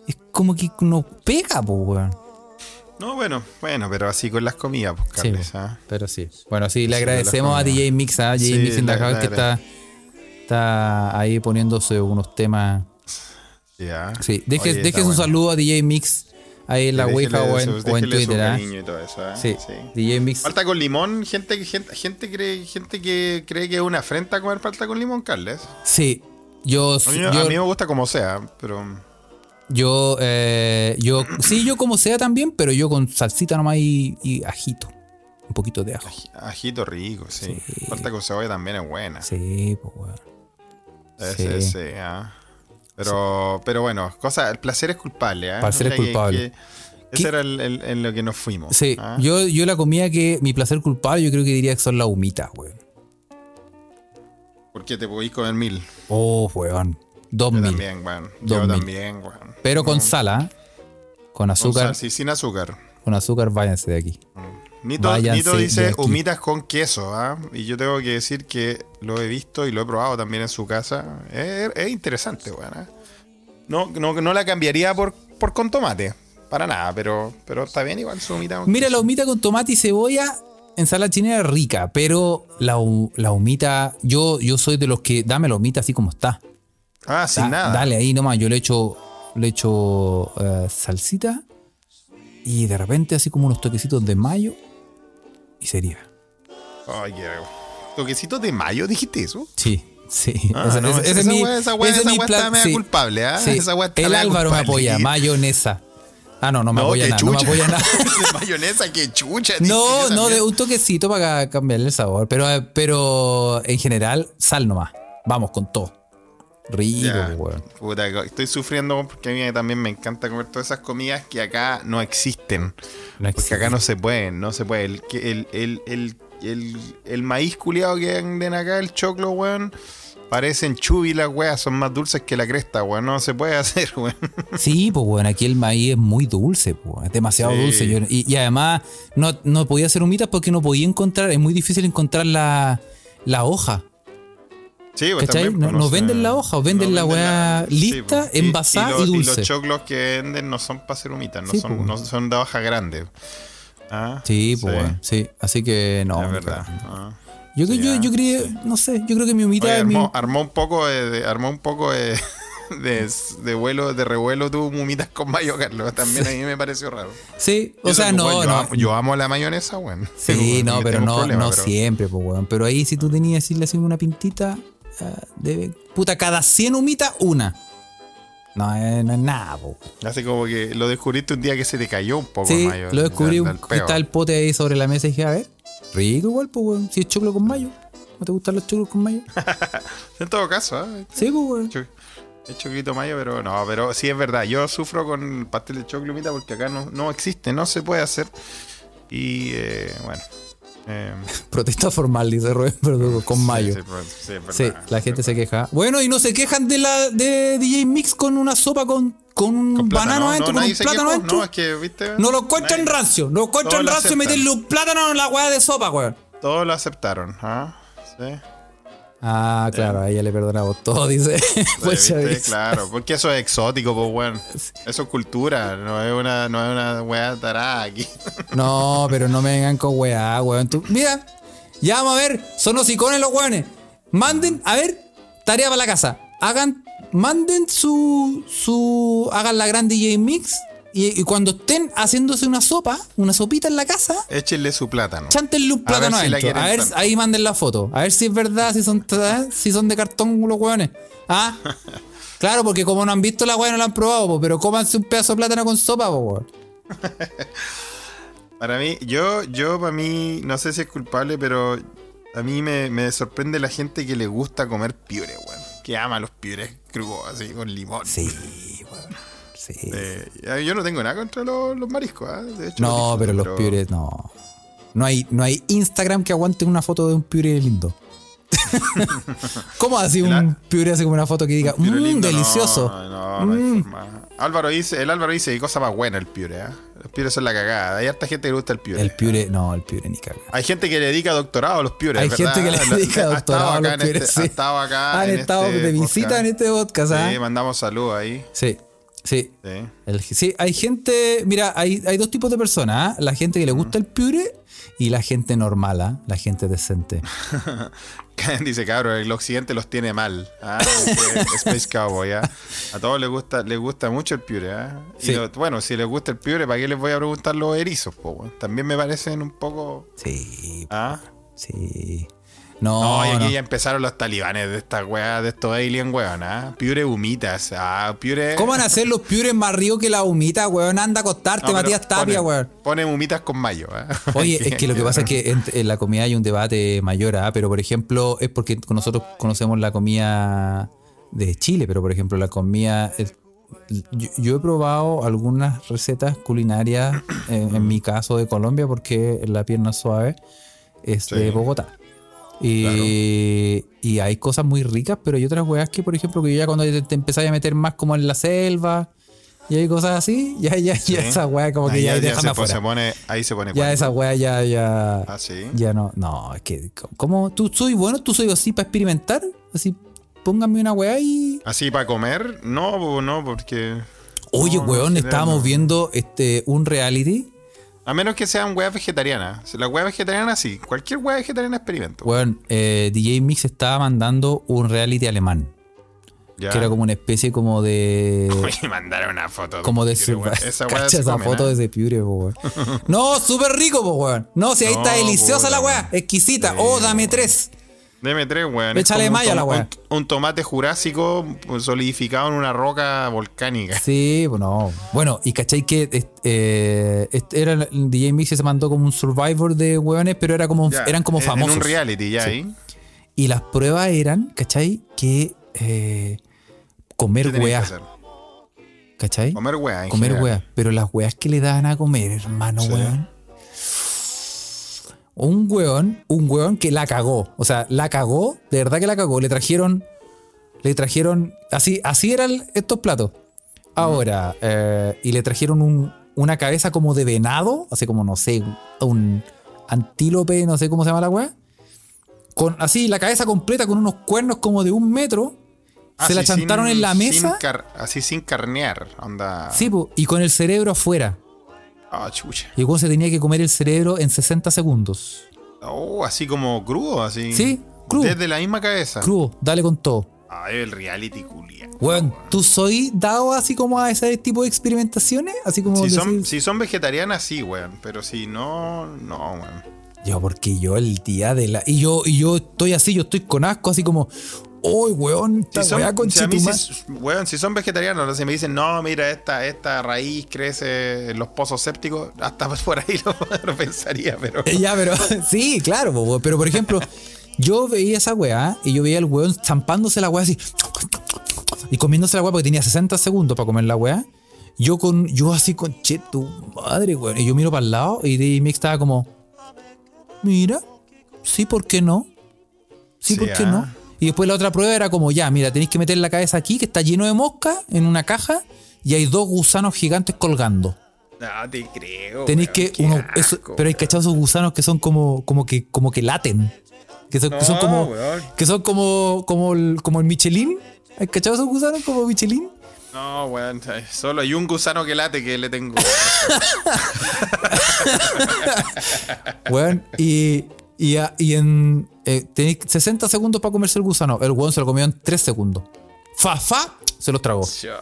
Es como que no pega, po, weón. No, bueno, bueno, pero así con las comidas, pues, Sí, Carles, ¿ah? pero sí. Bueno, sí, le Sí, agradecemos a las DJ Mix, a DJ Sí, Mix in the le- House le que está, está ahí poniéndose unos temas. Ya. Sí, deje, Oye, deje está su bueno. saludo a DJ Mix ahí en la Déjele Ouija o en, su- o en déjele su Twitter. ¿ah? cariño y todo eso, ¿ah? Sí. Sí. DJ Mix. Palta con limón, gente, gente, gente, cree, gente que cree que es una afrenta comer palta con limón, Carles. Sí. Yo, A mí, yo, a mí me gusta como sea, pero yo, eh, yo- sí, yo como sea también, pero yo con salsita nomás y, y ajito. Un poquito de ajo. ajito rico, sí. Palta con cebolla también es buena. Sí, pues, weón. Es- sí. es- sí, ah. Pero, pero bueno, cosa, el placer es culpable, ¿ah? Placer es que- que culpable. ¿Qué? ese era el, el- en lo que nos fuimos. Sí, ¿ah? yo, yo la comida que mi placer culpable, yo creo que diría que son las humitas, weón. Porque te podéis comer mil. Oh, weón. Dos Yo mil. también, weón. Dos Yo mil. también, weón. Pero con No, sal, ¿ah? Con azúcar. sal, sí, sin azúcar. Con azúcar, váyanse de aquí. Nito, Váyanse Nito de dice aquí. humitas con queso, ¿ah? Y yo tengo que decir que lo he visto y lo he probado también en su casa. Es, es interesante, weón. ¿ah? No, no, no la cambiaría por, por con tomate. Para nada, pero, pero está bien igual su humita. con Mira, queso. la humita con tomate y cebolla, ensalada chilena es rica, pero la, hu- la humita, yo, yo soy de los que dame la humita así como está. Ah, sin Da- nada. Dale ahí nomás, yo le echo, le echo eh, salsita y de repente así como unos toquecitos de mayo y sería. Ay, qué rico. ¿Toquecitos de mayo dijiste eso? Sí, sí. Ah, no, esa- esa wea- esa wea- esa wea está media culpable, ¿ah? Esa wea está El media Álvaro me culpable. apoya, mayonesa. Ah, no, no me apoya qué nada, no me apoya nada. de mayonesa, qué chucha. dije yo No, no, de también. un toquecito para cambiarle el sabor. Pero, eh, pero en general, sal nomás. Vamos con todo. Rico, pues, Ya, weón. puta, estoy sufriendo porque a mí también me encanta comer todas esas comidas que acá no existen. No Porque acá no se pueden, no se puede. El, que- el, el, el, el- el maíz culiado que venden acá, el choclo, weón, parecen chubi las weas, son más dulces que la cresta, weón. No se puede hacer, weón. Sí, pues bueno, aquí el maíz es muy dulce, pues, weón. es demasiado Sí. dulce. Yo- y, y además no, no podía hacer humitas porque no podía encontrar, es muy difícil encontrar la, la hoja. Sí, pues ¿Cachai? también, No- pues, no sé. venden la hoja, venden la weá lista, pues, Y- envasada los- y Y dulce. los choclos que venden no son para ser humitas, no, Sí, son, pues. no son de hoja grande. Ah, Sí, pues bueno, sí. Así que no. es mi verdad. cara. ah. Yo, creo- yo, Ya. yo creo, no sé, yo creo que mi humita Oye, es mi- armó, armó un poco de, de- armó un poco de, de, de vuelo, de revuelo tu mumitas con mayo, Carlos. También a mí me pareció raro. Sí, o Yo sea, soy no, igual, yo no. Amo, yo amo la mayonesa, weón. Sí, no, Le pero tengo no, problema, no pero- siempre, pues, weón. Pero ahí si tú tenías que decirle así una pintita ah, de... Puta, cada 100 humitas, una. No, eh, no es nada, po. Así como que lo descubriste un día que se te cayó un poco Sí, el mayo. lo descubrí, al- al que peo. estaba el pote ahí sobre la mesa y dije, a ver, rico igual, pues, weón. Si es choclo con mayo. ¿No te gustan los choclos con mayo? En todo caso, ¿eh? Sí, pues, weón. Cho- Es choquito mayo, pero no, pero sí es verdad. Yo sufro con el pastel de choclo humita porque acá no, no existe, no se puede hacer. Y eh, bueno. eh, Protesta formal, dice Rubén, pero con sí, mayo. Sí, Sí, pero- sí, es verdad, la es gente verdad. se queja. Bueno, y no se quejan de la de DJ Mix con una sopa con, con un Con plátano, banano adentro, no, con nadie un se plátano quejó, adentro. No, es que, viste. No lo encuentran Nadie- rancio, no lo encuentran Todos lo rancio aceptan. meterle un plátano en la weá de sopa, weón. Todos lo aceptaron, ¿ah? Sí. Ah, claro, a ella le perdonamos todo, dice. Pues Sí, ya Eh. ¿viste? ves. Claro, porque eso es exótico, pues, weón. Eso es cultura, no es una, no es una weá tarada aquí. No, pero no me vengan con weá, weón. Tú- mira, ya vamos a ver, son los icones los weones. Manden, a ver, tarea para la casa. Hagan, manden su, su, hagan la gran DJ Mix y, y cuando estén haciéndose una sopa, una sopita en la casa, Échenle su plátano. Chantenle un A ver plátano si la adentro. quieren A ver, tanto. ahí manden la foto. A ver si es verdad, si son, tra- si son de cartón los hueones. Ah, claro, porque como no han visto la hueá no la han probado, po, pero cómanse un pedazo de plátano con sopa, po, hueón. Para mí, yo, yo, para mí, no sé si es culpable, pero a mí me, me sorprende la gente que le gusta comer piure, weón. Que ama los piures crudos, así, con limón. Sí, hueón. Sí. Eh, yo no tengo nada contra los, los mariscos, ¿ah? De hecho, no, disfruto, pero los piures no. No hay, no hay Instagram que aguante una foto de un piure lindo. ¿Cómo así un Claro. piure hace como una foto que diga, Piure mmm, lindo, no, delicioso? Mm. No, no, hay forma. Álvaro dice, el Álvaro dice, y cosa más buena el piure, ¿ah? Los piures son la cagada. Hay harta gente que le gusta el piure. El piure, no, el piure ni caga. Hay gente que le dedica doctorado a los piures. Hay ¿verdad? gente que le Ha dedica estado doctorado a acá los en piures. este- sí. Ha estado acá. Han en estado este de visita podcast. en este podcast. ¿ah? Sí, mandamos saludos ahí. Sí, sí. Sí. El- sí, hay gente, mira, hay, hay dos tipos de personas, ¿ah? la gente que le gusta el pure y la gente normal, ¿ah? la gente decente. dice, cabrón, el occidente los tiene mal. Ah, ok, Space Cowboy, ¿ah? A todos les gusta, les gusta mucho el piure, ¿ah? Y Sí. lo- bueno, si les gusta el piure, ¿para qué les voy a preguntar los erizos, po, weón? También me parecen un poco. Sí, ¿Ah? sí. No, No, y aquí Oh, no. ya empezaron los talibanes de estas weas, de estos alien weón, ¿ah? Piure humitas, ah, piure. ¿Cómo van a ser los piures más ricos que la humita, weón? Anda a acostarte, No, pero Matías Tapia, ponen- weón. Ponen humitas con mayo, ¿ah? Oye, es que lo que pasa es que en, en la comida hay un debate mayor, ¿ah? pero por ejemplo, es porque nosotros conocemos la comida de Chile, pero por ejemplo, la comida. el- yo, yo he probado algunas recetas culinarias, eh, en, en mi caso de Colombia, porque la pierna suave es Sí. de Bogotá. Y, y hay cosas muy ricas, pero hay otras weas que, por ejemplo, que yo ya cuando te, te empezáis a meter más como en la selva y hay cosas así, ya, ya, ya esa wea como que Ahí ya, ya déjame se, afuera. se pone, ahí se pone Ya cuatro. esa weá ya, ya. Ah, sí. Ya no. No, es que. ¿Cómo? ¿Tú soy bueno? ¿Tú soy así para experimentar? Así, pónganme una weá y. Así para comer, no, po, no, porque. Oye, No, no, weón, sí, estábamos no. viendo este un reality. A menos que sean weas vegetarianas. Si La wea vegetariana sí. Cualquier wea vegetariana experimento. Weón, eh, DJ Mix estaba mandando un reality alemán. Ya. Que era como una especie como de. Oye, mandaron una foto. de Como de Piure, weón. survival. Esa wea Cacha se esa come, foto ¿no? de ese piure, po, weón. No, súper rico, po, weón. No, si ahí está No, deliciosa la puta, weá. weón. Exquisita. Sí, oh, dame weón. tres. Deme tres, weón. Es Échale como un mayo a la tom- wea. Un, un tomate jurásico pues, solidificado en una roca volcánica. Sí, bueno. Bueno, y cachai que est- eh, est- era el DJ Mix se mandó como un survivor de hueones, pero era como, Ya, eran como en- famosos. En un reality, ya ¿eh? ahí. y las pruebas eran, ¿cachai? Que eh, ¿Qué comer tenías que weas, hacer? ¿cachai? Comer weas. en Comer general. weas. Pero las weas que le daban a comer, hermano, Sí. weón. Un weón, un weón que la cagó. O sea, la cagó, de verdad que la cagó. Le trajeron, le trajeron, así, así eran estos platos. Mm. Ahora, eh, y le trajeron un- una cabeza como de venado, así como, no sé, un antílope, no sé cómo se llama la wea. Con, así, la cabeza completa con unos cuernos como de un metro. Ah, se la sí, chantaron sin- en la sin mesa. car- así sin carnear. Onda. Sí, po, y con el cerebro afuera. Ah, chucha. Y el weón se tenía que comer el cerebro en 60 segundos. Oh, así como crudo, así. Sí, crudo. Desde la misma cabeza. Crudo, dale con todo. Ay, el reality culia. Weón, ¿tú soy dado así como a ese tipo de experimentaciones? Así como Si son, decir- si son vegetarianas, sí, weón. Pero si no, no, weón. Yo, porque yo el día de la. Y yo, y yo estoy así, yo estoy con asco, así como. ¡Uy, weón! Esta Si son, weá con si a mí chitumá-". sí- weón, si son vegetarianos, si me dicen, no, mira, esta, esta raíz crece en los pozos sépticos, hasta por ahí lo, lo pensaría, pero. Eh, Ya, pero. Sí, claro, po, pero por ejemplo, yo veía esa weá y yo veía al weón zampándose la weá así. Y comiéndose la weá porque tenía 60 segundos para comer la weá. Yo con. Yo así con. Che, tu madre, weón. Y yo miro para el lado y D. Mix estaba como. Mira. Sí, ¿por qué no? Sí, Sí, ¿por qué ah. no? Y después la otra prueba era como, ya, mira, tenéis que meter la cabeza aquí, que está lleno de mosca, en una caja, y hay dos gusanos gigantes colgando. No te creo. Tenéis weón, que. qué Uno, asco, eso- pero hay weón. cachados esos gusanos que son como, como que, como que laten. Que son, que son No, como. weón. Que son como. como el, como el Michelin. ¿Hay cachados esos gusanos como Michelin? No, weón. Solo hay un gusano que late que le tengo. Weón. Y. Y, a- y en. eh, tenéis 60 segundos para comerse el gusano. El weón se lo comió en 3 segundos. Fa, fa, se los tragó. Chá,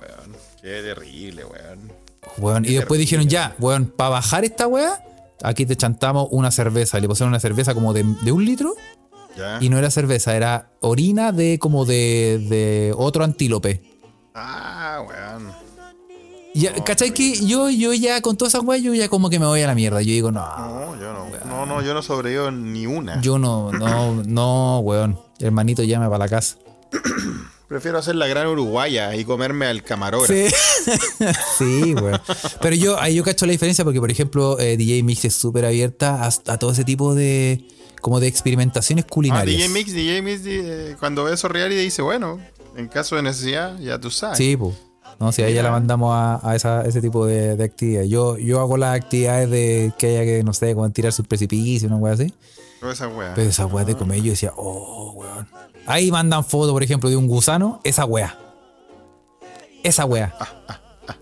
weón. Qué terrible, weón. Weón, y Qué después terrible. dijeron, ya, weón, para bajar esta weá, aquí te chantamos una cerveza. Le pusieron una cerveza como de, de un litro. Ya. Y no era cerveza, era orina de como de, de otro antílope. Ah, weón. Ya, ¿Cachai? Que yo, yo ya con todas esas weas, yo ya como que me voy a la mierda. Yo digo, no, No, yo no. No, no, yo no sobrevivo ni una. yo no, no, no, weón. Hermanito, llama para la casa. Prefiero hacer la gran uruguaya y comerme al camarógrafo. Sí. sí, weón. Pero yo, ahí yo cacho la diferencia porque, por ejemplo, eh, DJ Mix es súper abierta a, a todo ese tipo de como de experimentaciones Ah, culinarias. DJ Mix, DJ Mix, eh, cuando ve esos reality dice, bueno, en caso de necesidad, ya tú sabes. Sí, pues. No, si a ella la mandamos a, a esa- ese tipo de, de actividades. Yo, yo hago las actividades de que haya que, no sé, como tirar sus precipicios, una weá así. Toda esa wea. Pero esa weá de comer, yo decía, oh, weón. Ahí mandan fotos, por ejemplo, de un gusano, esa weá. Esa weá.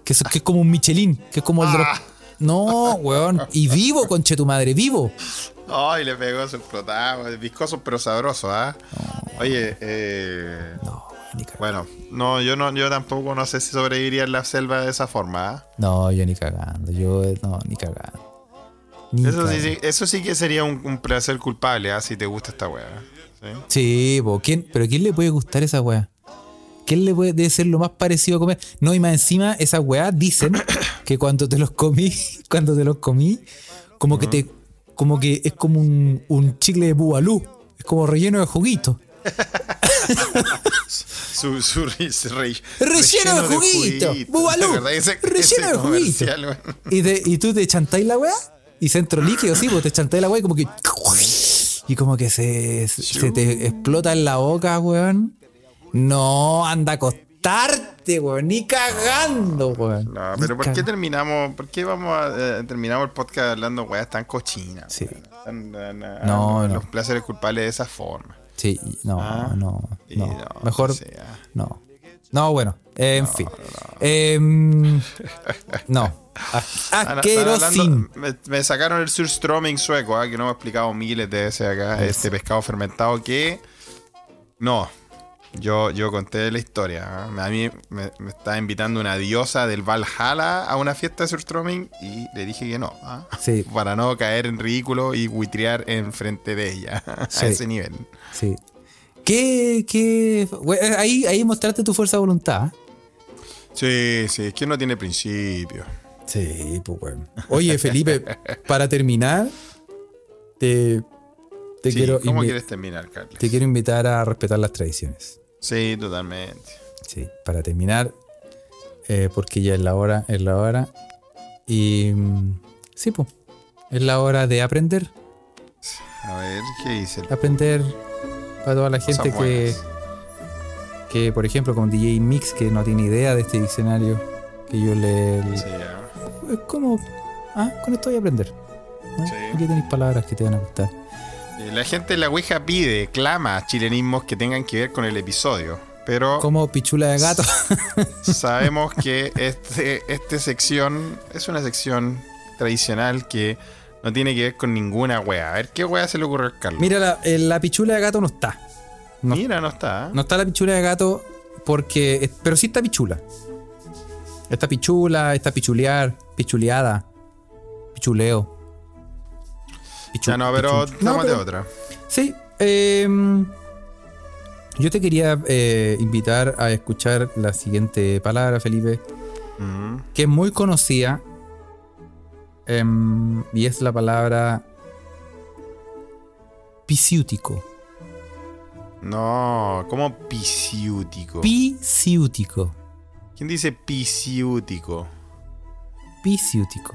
Que es, que es como un Michelin, que es como el de los- No, weón. Y vivo, conche tu madre, vivo. Ay, le pegó a su protagua. Viscoso pero sabroso, ¿ah? Oye, eh, No, yo ni cagando. bueno, no, yo no, yo tampoco no sé si sobreviviría en la selva de esa forma, ¿ah? No, yo ni cagando. Yo, eh, no, ni cagando. Ni Eso sí, cagando. sí- eso sí que sería un, un placer culpable, ¿ah? Si te gusta esta weá. ¿sí? Sí, po, ¿quién, pero ¿quién le puede gustar esa weá? ¿Quién le puede debe ser lo más parecido a comer? No, y más encima, esas weá dicen que cuando te los comí, cuando te los comí, como que te. como que es como un, un chicle de bubalú. Es como relleno de juguito. Su, su re- se re- ¡Relleno de juguito! ¡Bubalú! ¿Te acordás de ese- ¡Relleno ese de juguito! comercial, weón? Y, de- y tú te chantáis la weá y centro líquido, sí, pues te chantáis la weá y como que. Y como que se, se te explota en la boca, weón. No, anda a acostarte, weón. Ni cagando, weón. No, Ni pero ¿por qué caga- terminamos, por qué vamos a, eh, terminamos el podcast hablando weas tan cochinas? Sí. weón? Tan- tan- a- No, a no. Los placeres culpables de esa forma. Sí, no, Ah. no, Y no. no, Mejor. o sea. No. No, bueno. En fin. Em, no. As- Ah, no, están Asquerosín. hablando- Me, me sacaron el surströmming sueco, ah, que no me he explicado miles de veces acá. Este pescado fermentado que. No. Yo, yo conté la historia. ah. A mí me, me estaba invitando una diosa del Valhalla a una fiesta de surströmming y le dije que no. ah. Sí. Para no caer en ridículo y buitrear enfrente de ella. Sí. A ese nivel. Sí. ¿Qué, qué? we- eh, Ahí, ahí mostraste tu fuerza de voluntad. Sí, sí, es que no tiene principio. Sí, pues bueno. Oye, Felipe, para terminar, te, te, Sí, quiero ¿Cómo invi- quieres terminar, Carlos? te quiero invitar a respetar las tradiciones. Sí, totalmente. Sí, para terminar, eh, porque ya es la hora, es la hora. Y mm, sí, pues, es la hora de aprender. A ver, ¿qué dice? el- Aprender para toda la Cosas gente que, que, por ejemplo, con DJ Mix, que no tiene idea de este diccionario, que yo le... Sí, ah. Es como... Ah, con esto voy a aprender. ¿no? Sí. Aquí tenéis palabras que te van a gustar. Eh, La gente de la Ouija pide, clama chilenismos que tengan que ver con el episodio. Pero Como pichula de gato. sabemos que este, esta sección es una sección tradicional que no tiene que ver con ninguna wea. A ver, ¿qué wea se le ocurrió a Carlos? Mira, la, eh, la pichula de gato no está. no. Mira, no está. ¿eh? No está la pichula de gato porque. Pero sí está pichula. Está pichula, está pichulear, pichuleada, pichuleo. Pichu- ya Ah, no, pero pichuncho. No, tómate pero- otra. Sí. em, yo te quería eh, invitar a escuchar la siguiente palabra, Felipe, Mm. que es muy conocida. em, y es la palabra. Pisiútico. No, como pisiútico. Pisiútico. ¿Quién dice pisiútico? Pisiútico.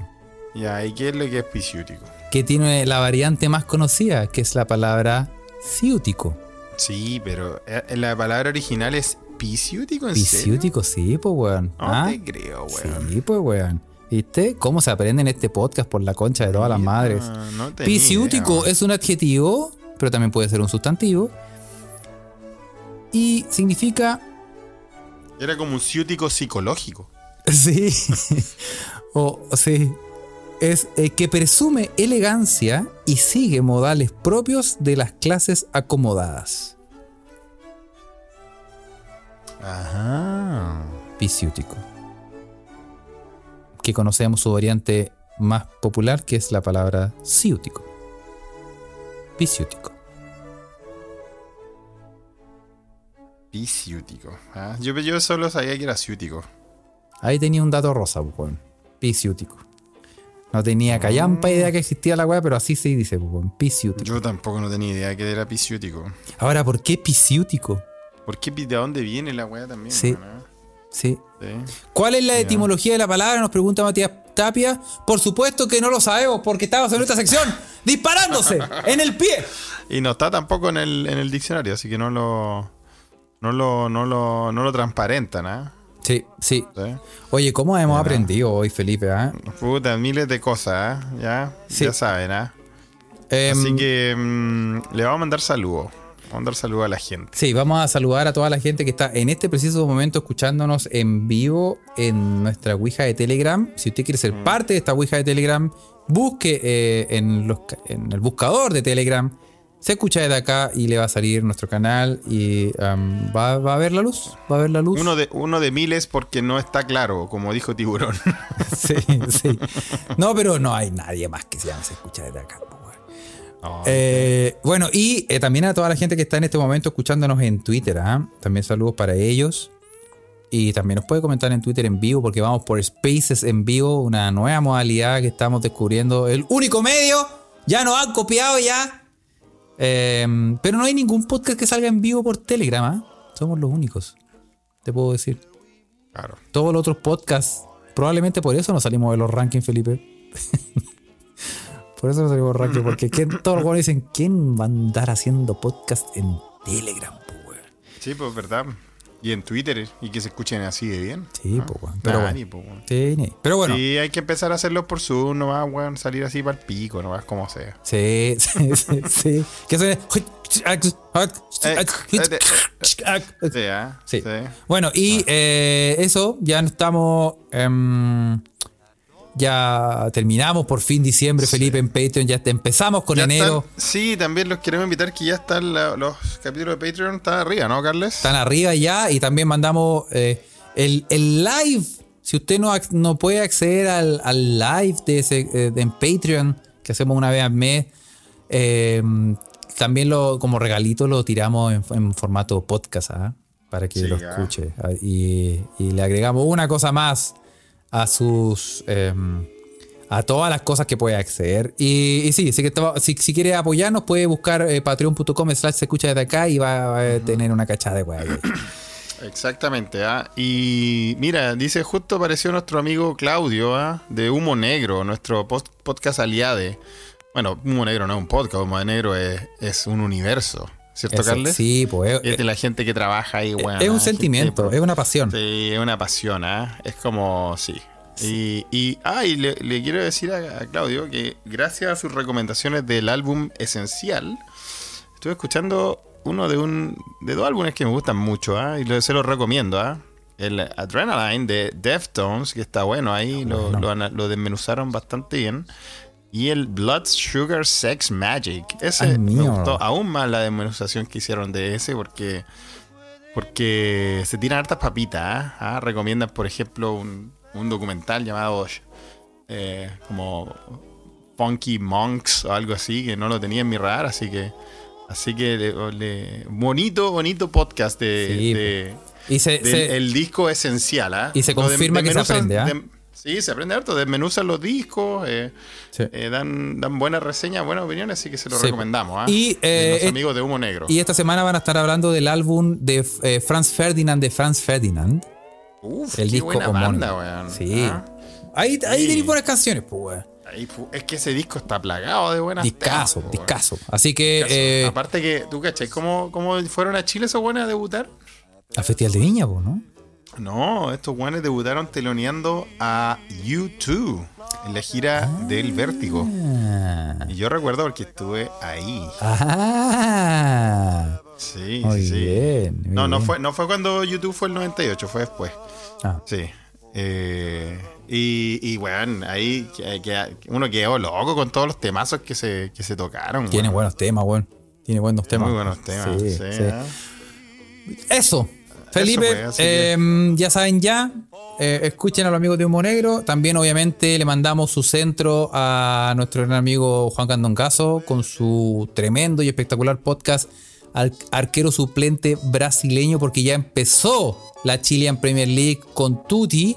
Ya, ¿y qué es lo que es pisiútico? que tiene la variante más conocida, que es la palabra ciútico. Sí, pero eh, la palabra original es pisiútico en serio? Pisiútico, sí, pues, weón. No Ah, te creo, weón. Sí, pues, weón. ¿Viste? ¿Cómo se aprende en este podcast por la concha de todas las madres? Ah, no tenía Pisiútico idea. es un adjetivo, pero también puede ser un sustantivo. Y significa Era como un ciútico psicológico. Sí. o sí. Es eh, que presume elegancia y sigue modales propios de las clases acomodadas. Ajá. pisiútico. Que conocemos su variante más popular, que es la palabra ciútico. Pisiútico. Pisiútico. Ah, yo, yo solo sabía que era ciútico. Ahí tenía un dato rosa, pues, weón. Pisiútico. No tenía callampa idea que existía la weá, pero así se dice, pues, weón. Pisiútico. Yo tampoco no tenía idea que era pisiútico. Ahora, ¿por qué pisiútico? ¿Por qué pi- de dónde viene la weá también? Sí. weón, ah? Sí. Sí. ¿Cuál es la etimología de la palabra? Nos pregunta Matías Tapia. Por supuesto que no lo sabemos, porque estábamos en esta sección disparándose en el pie. Y no está tampoco en el, en el diccionario, así que no lo. No lo, no lo, no lo transparentan, ¿ah? Sí, sí. Sí. Oye, ¿cómo hemos aprendido hoy, Felipe? ah? Puta, miles de cosas, ¿ah? ¿Ya? Sí. Ya saben, ¿ah? Em, Así que mm, le vamos a mandar saludos. Mandar saludo a la gente. Sí, vamos a saludar a toda la gente que está en este preciso momento escuchándonos en vivo en nuestra Ouija de Telegram. Si usted quiere ser Mm. parte de esta Ouija de Telegram, busque eh, en, los ca- en el buscador de Telegram. Se escucha desde acá y le va a salir nuestro canal y am, va, va a ver la luz. Va a ver la luz. Uno de, uno de miles porque no está claro, como dijo Tiburón. Sí, sí. No, pero no hay nadie más que se llame Se escucha desde acá. po, weón. Ah, Eh, bueno, y eh, también a toda la gente que está en este momento escuchándonos en Twitter. ¿ah? También saludos para ellos. Y también nos puede comentar en Twitter en vivo porque vamos por Spaces en vivo, una nueva modalidad que estamos descubriendo. El único medio. Ya nos han copiado ya. Eh, pero no hay ningún podcast que salga en vivo por Telegram. ¿ah? Somos los únicos. Te puedo decir Claro. todos los otros podcasts. Probablemente por eso no salimos de los rankings, Felipe. por eso no salimos de los rankings, porque ¿quién- todos los jugadores dicen, ¿quién va a andar haciendo podcast en Telegram, po, weón? Sí, pues verdad. Y en Twitter, y que se escuchen así de bien. Sí, Ah, po, weón. Pero nadie, bueno. po, weón. Sí, ni- pero bueno. Sí, hay que empezar a hacerlo por Zoom, no va a salir así para el pico, no va como sea. Sí, sí, sí, sí. Que suene- Eh, Sí, ¿ah? Sí. Bueno, y eh, eso, ya no estamos. em, ya terminamos por fin diciembre, Felipe, en Patreon. Ya te- empezamos con Ya enero. están- sí, también los queremos invitar que ya están la- los capítulos de Patreon, están arriba, ¿no, Carles? están arriba ya y también mandamos eh, el, el live. Si usted no, ac- no puede acceder al, al live de ese, eh, de- en Patreon, que hacemos una vez al mes, eh, también lo, como regalito lo tiramos en, en formato podcast ¿ah? para que Sí, lo ya. escuche. Ah, Y, y le agregamos una cosa más a sus... em, a todas las cosas que puede acceder. Y, y sí, sí que estaba- si, si quiere apoyarnos, puede buscar eh, patreon.com slash se escucha desde acá y va a eh, tener una cachada de weá. ahí. Exactamente, ¿ah? Y mira, dice, justo apareció nuestro amigo Claudio, ¿ah? De Humo Negro, nuestro post- podcast aliade. Bueno, Humo Negro no es un podcast, Humo Negro es, es un universo, ¿cierto, Eso, Carles? Sí, pues. Es Es, de la gente que trabaja ahí, weón. es ¿ah? un Gente sentimiento, pro- es una pasión. Sí, es una pasión, ¿ah? Es como, sí. Y, y, ah, y le, le quiero decir a, a Claudio que gracias a sus recomendaciones del álbum Esencial, estuve escuchando uno de un de dos álbumes que me gustan mucho, ¿ah? Y lo- se los recomiendo, ¿ah? El Adrenaline de Deftones, que está bueno ahí, lo, lo ana- lo desmenuzaron bastante bien. Y el Blood Sugar Sex Magic. Ese Ay, me mío. gustó aún más la desmenuzación que hicieron de ese porque porque se tiran hartas papitas. ¿ah? Ah, Recomiendan, por ejemplo, un, un documental llamado eh, como Funky Monks o algo así, que no lo tenía en mi radar, así que. Así que le- le- bonito, bonito podcast de, Sí, de- Y se, del- se- el disco esencial, ¿ah? Y se Lo de- confirma que se desmenuzan- aprende, ¿ah? de- sí, se aprende harto, desmenuzan los discos, eh, sí. eh, dan, dan buenas reseñas, buenas opiniones, así que se lo Sí. recomendamos, ¿ah? Y, eh, de los eh, amigos de Humo Negro. Y esta semana van a estar hablando del álbum de eh, Franz Ferdinand de Franz Ferdinand. Uf, El qué disco buena homónimo. banda, weón. Sí. ¿Ah? Ahí, ahí Sí. tenéis buenas canciones, pues, weón. Ahí fu- es que ese disco está plagado de buenas Discaso, temas, po, weón. discaso. Así que Ah, Discaso. Ah, eh, Aparte que, ¿tú cachai? ¿Cómo, ¿Cómo fueron a Chile esos buenos a debutar? al Festival de Viña, pues, ¿no? No, estos guanes debutaron teloneando a U2 en la gira del Vértigo. Ah. Y yo recuerdo porque estuve ahí. Ah. Sí, Muy sí, sí. bien, muy no, no bien. fue, no fue cuando YouTube fue el 98, fue después. Ah. Sí. Eh, y, y bueno, ahí que- que- uno quedó loco con todos los temazos que se, que se tocaron. Tiene weón. buenos temas, weón. Tiene buenos temas. Muy buenos temas. Sí, Sí, sí. ¿eh? Eso. Felipe, pues, así eh, ya saben ya. eh, escuchen a los amigos de Humo Negro. También, obviamente, le mandamos su centro a nuestro gran amigo Juan Candoncaso con su tremendo y espectacular podcast al arquero suplente brasileño, porque ya empezó la Chilean Premier League con Tutti.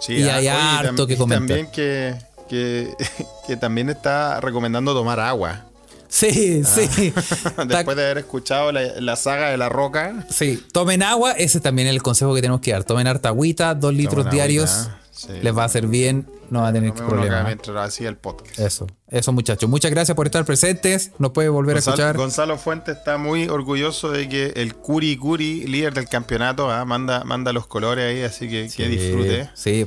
Sí, Y ah, hay oye, tam- harto que y comentar. También que, que, que también está recomendando tomar agua. Sí, sí. Está- Ah. Después de haber escuchado la, la saga de La Roca. Sí, tomen agua, ese es también el consejo que tenemos que dar. Tomen harta agüita, dos litros agüita, diarios, sí. les va a hacer bien, no va a tener Uno acá problemas. mientras hacía el podcast. Eso, eso muchachos. Muchas gracias por estar presentes, nos puede volver Gonzalo, a escuchar. Gonzalo Fuentes está muy orgulloso de que el Curi Curi, líder del campeonato, ah, manda, manda los colores ahí, así que que Sí, disfrute. Sí.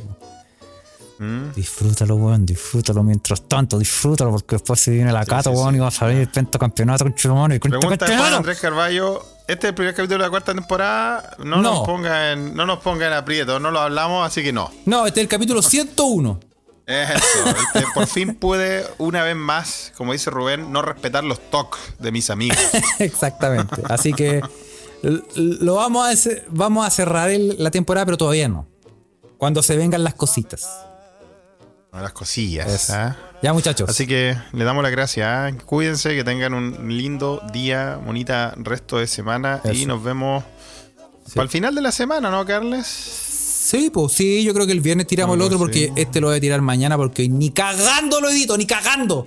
Mm. Disfrútalo, weón, disfrútalo mientras tanto, disfrútalo, porque después si viene la cata, sí, weón, y va a salir el pentacampeonato con Chumón y con Pregunta de Juan campeonato. Andrés Carballo. Este es el primer capítulo de la cuarta temporada. No, No. Nos ponga en, no nos ponga en aprieto, no lo hablamos, así que no. No, este es el capítulo 101. Eso, este, por fin pude una vez más, como dice Rubén, no respetar los toques de mis amigos. Exactamente. Así que l- lo vamos a, hacer- vamos a cerrar el- la temporada, pero todavía no. Cuando se vengan las cositas. No, Las cosillas. Eso. ¿ah? Ya, muchachos. Así que le damos las gracias. ¿ah? Cuídense, que tengan un lindo día, bonita resto de semana y Eso. nos vemos para el final de la semana, ¿no, Carles? Sí, pues sí, yo creo que el viernes tiramos el Algo otro porque así. este lo voy a tirar mañana porque hoy ni cagando lo edito, ni cagando.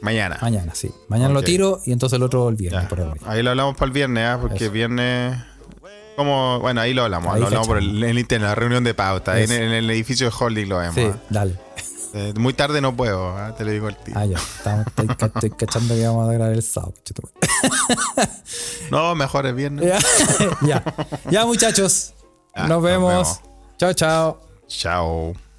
Mañana. Mañana, sí. Mañana Ok. lo tiro y entonces el otro el viernes. Ya. por ahora. Ahí lo hablamos para el viernes, ¿ah? porque Eso. viernes. Como, bueno, ahí lo hablamos. ¿ah? Ahí lo hablamos por fechamos. el, en, el interno, la reunión de pauta. ahí En, Eso. el- en el edificio de holding lo vemos. Sí, ¿ah? dale. Eh, muy tarde no puedo, ¿ah? te lo digo al tío. Ah, ya. Estamos- estoy, ca- estoy cachando que vamos a grabar el sábado. chetumare. No, mejor es viernes. Ya, ya. Ya, muchachos. Ya, nos nos vemos. vemos. Chao, chao. Chao.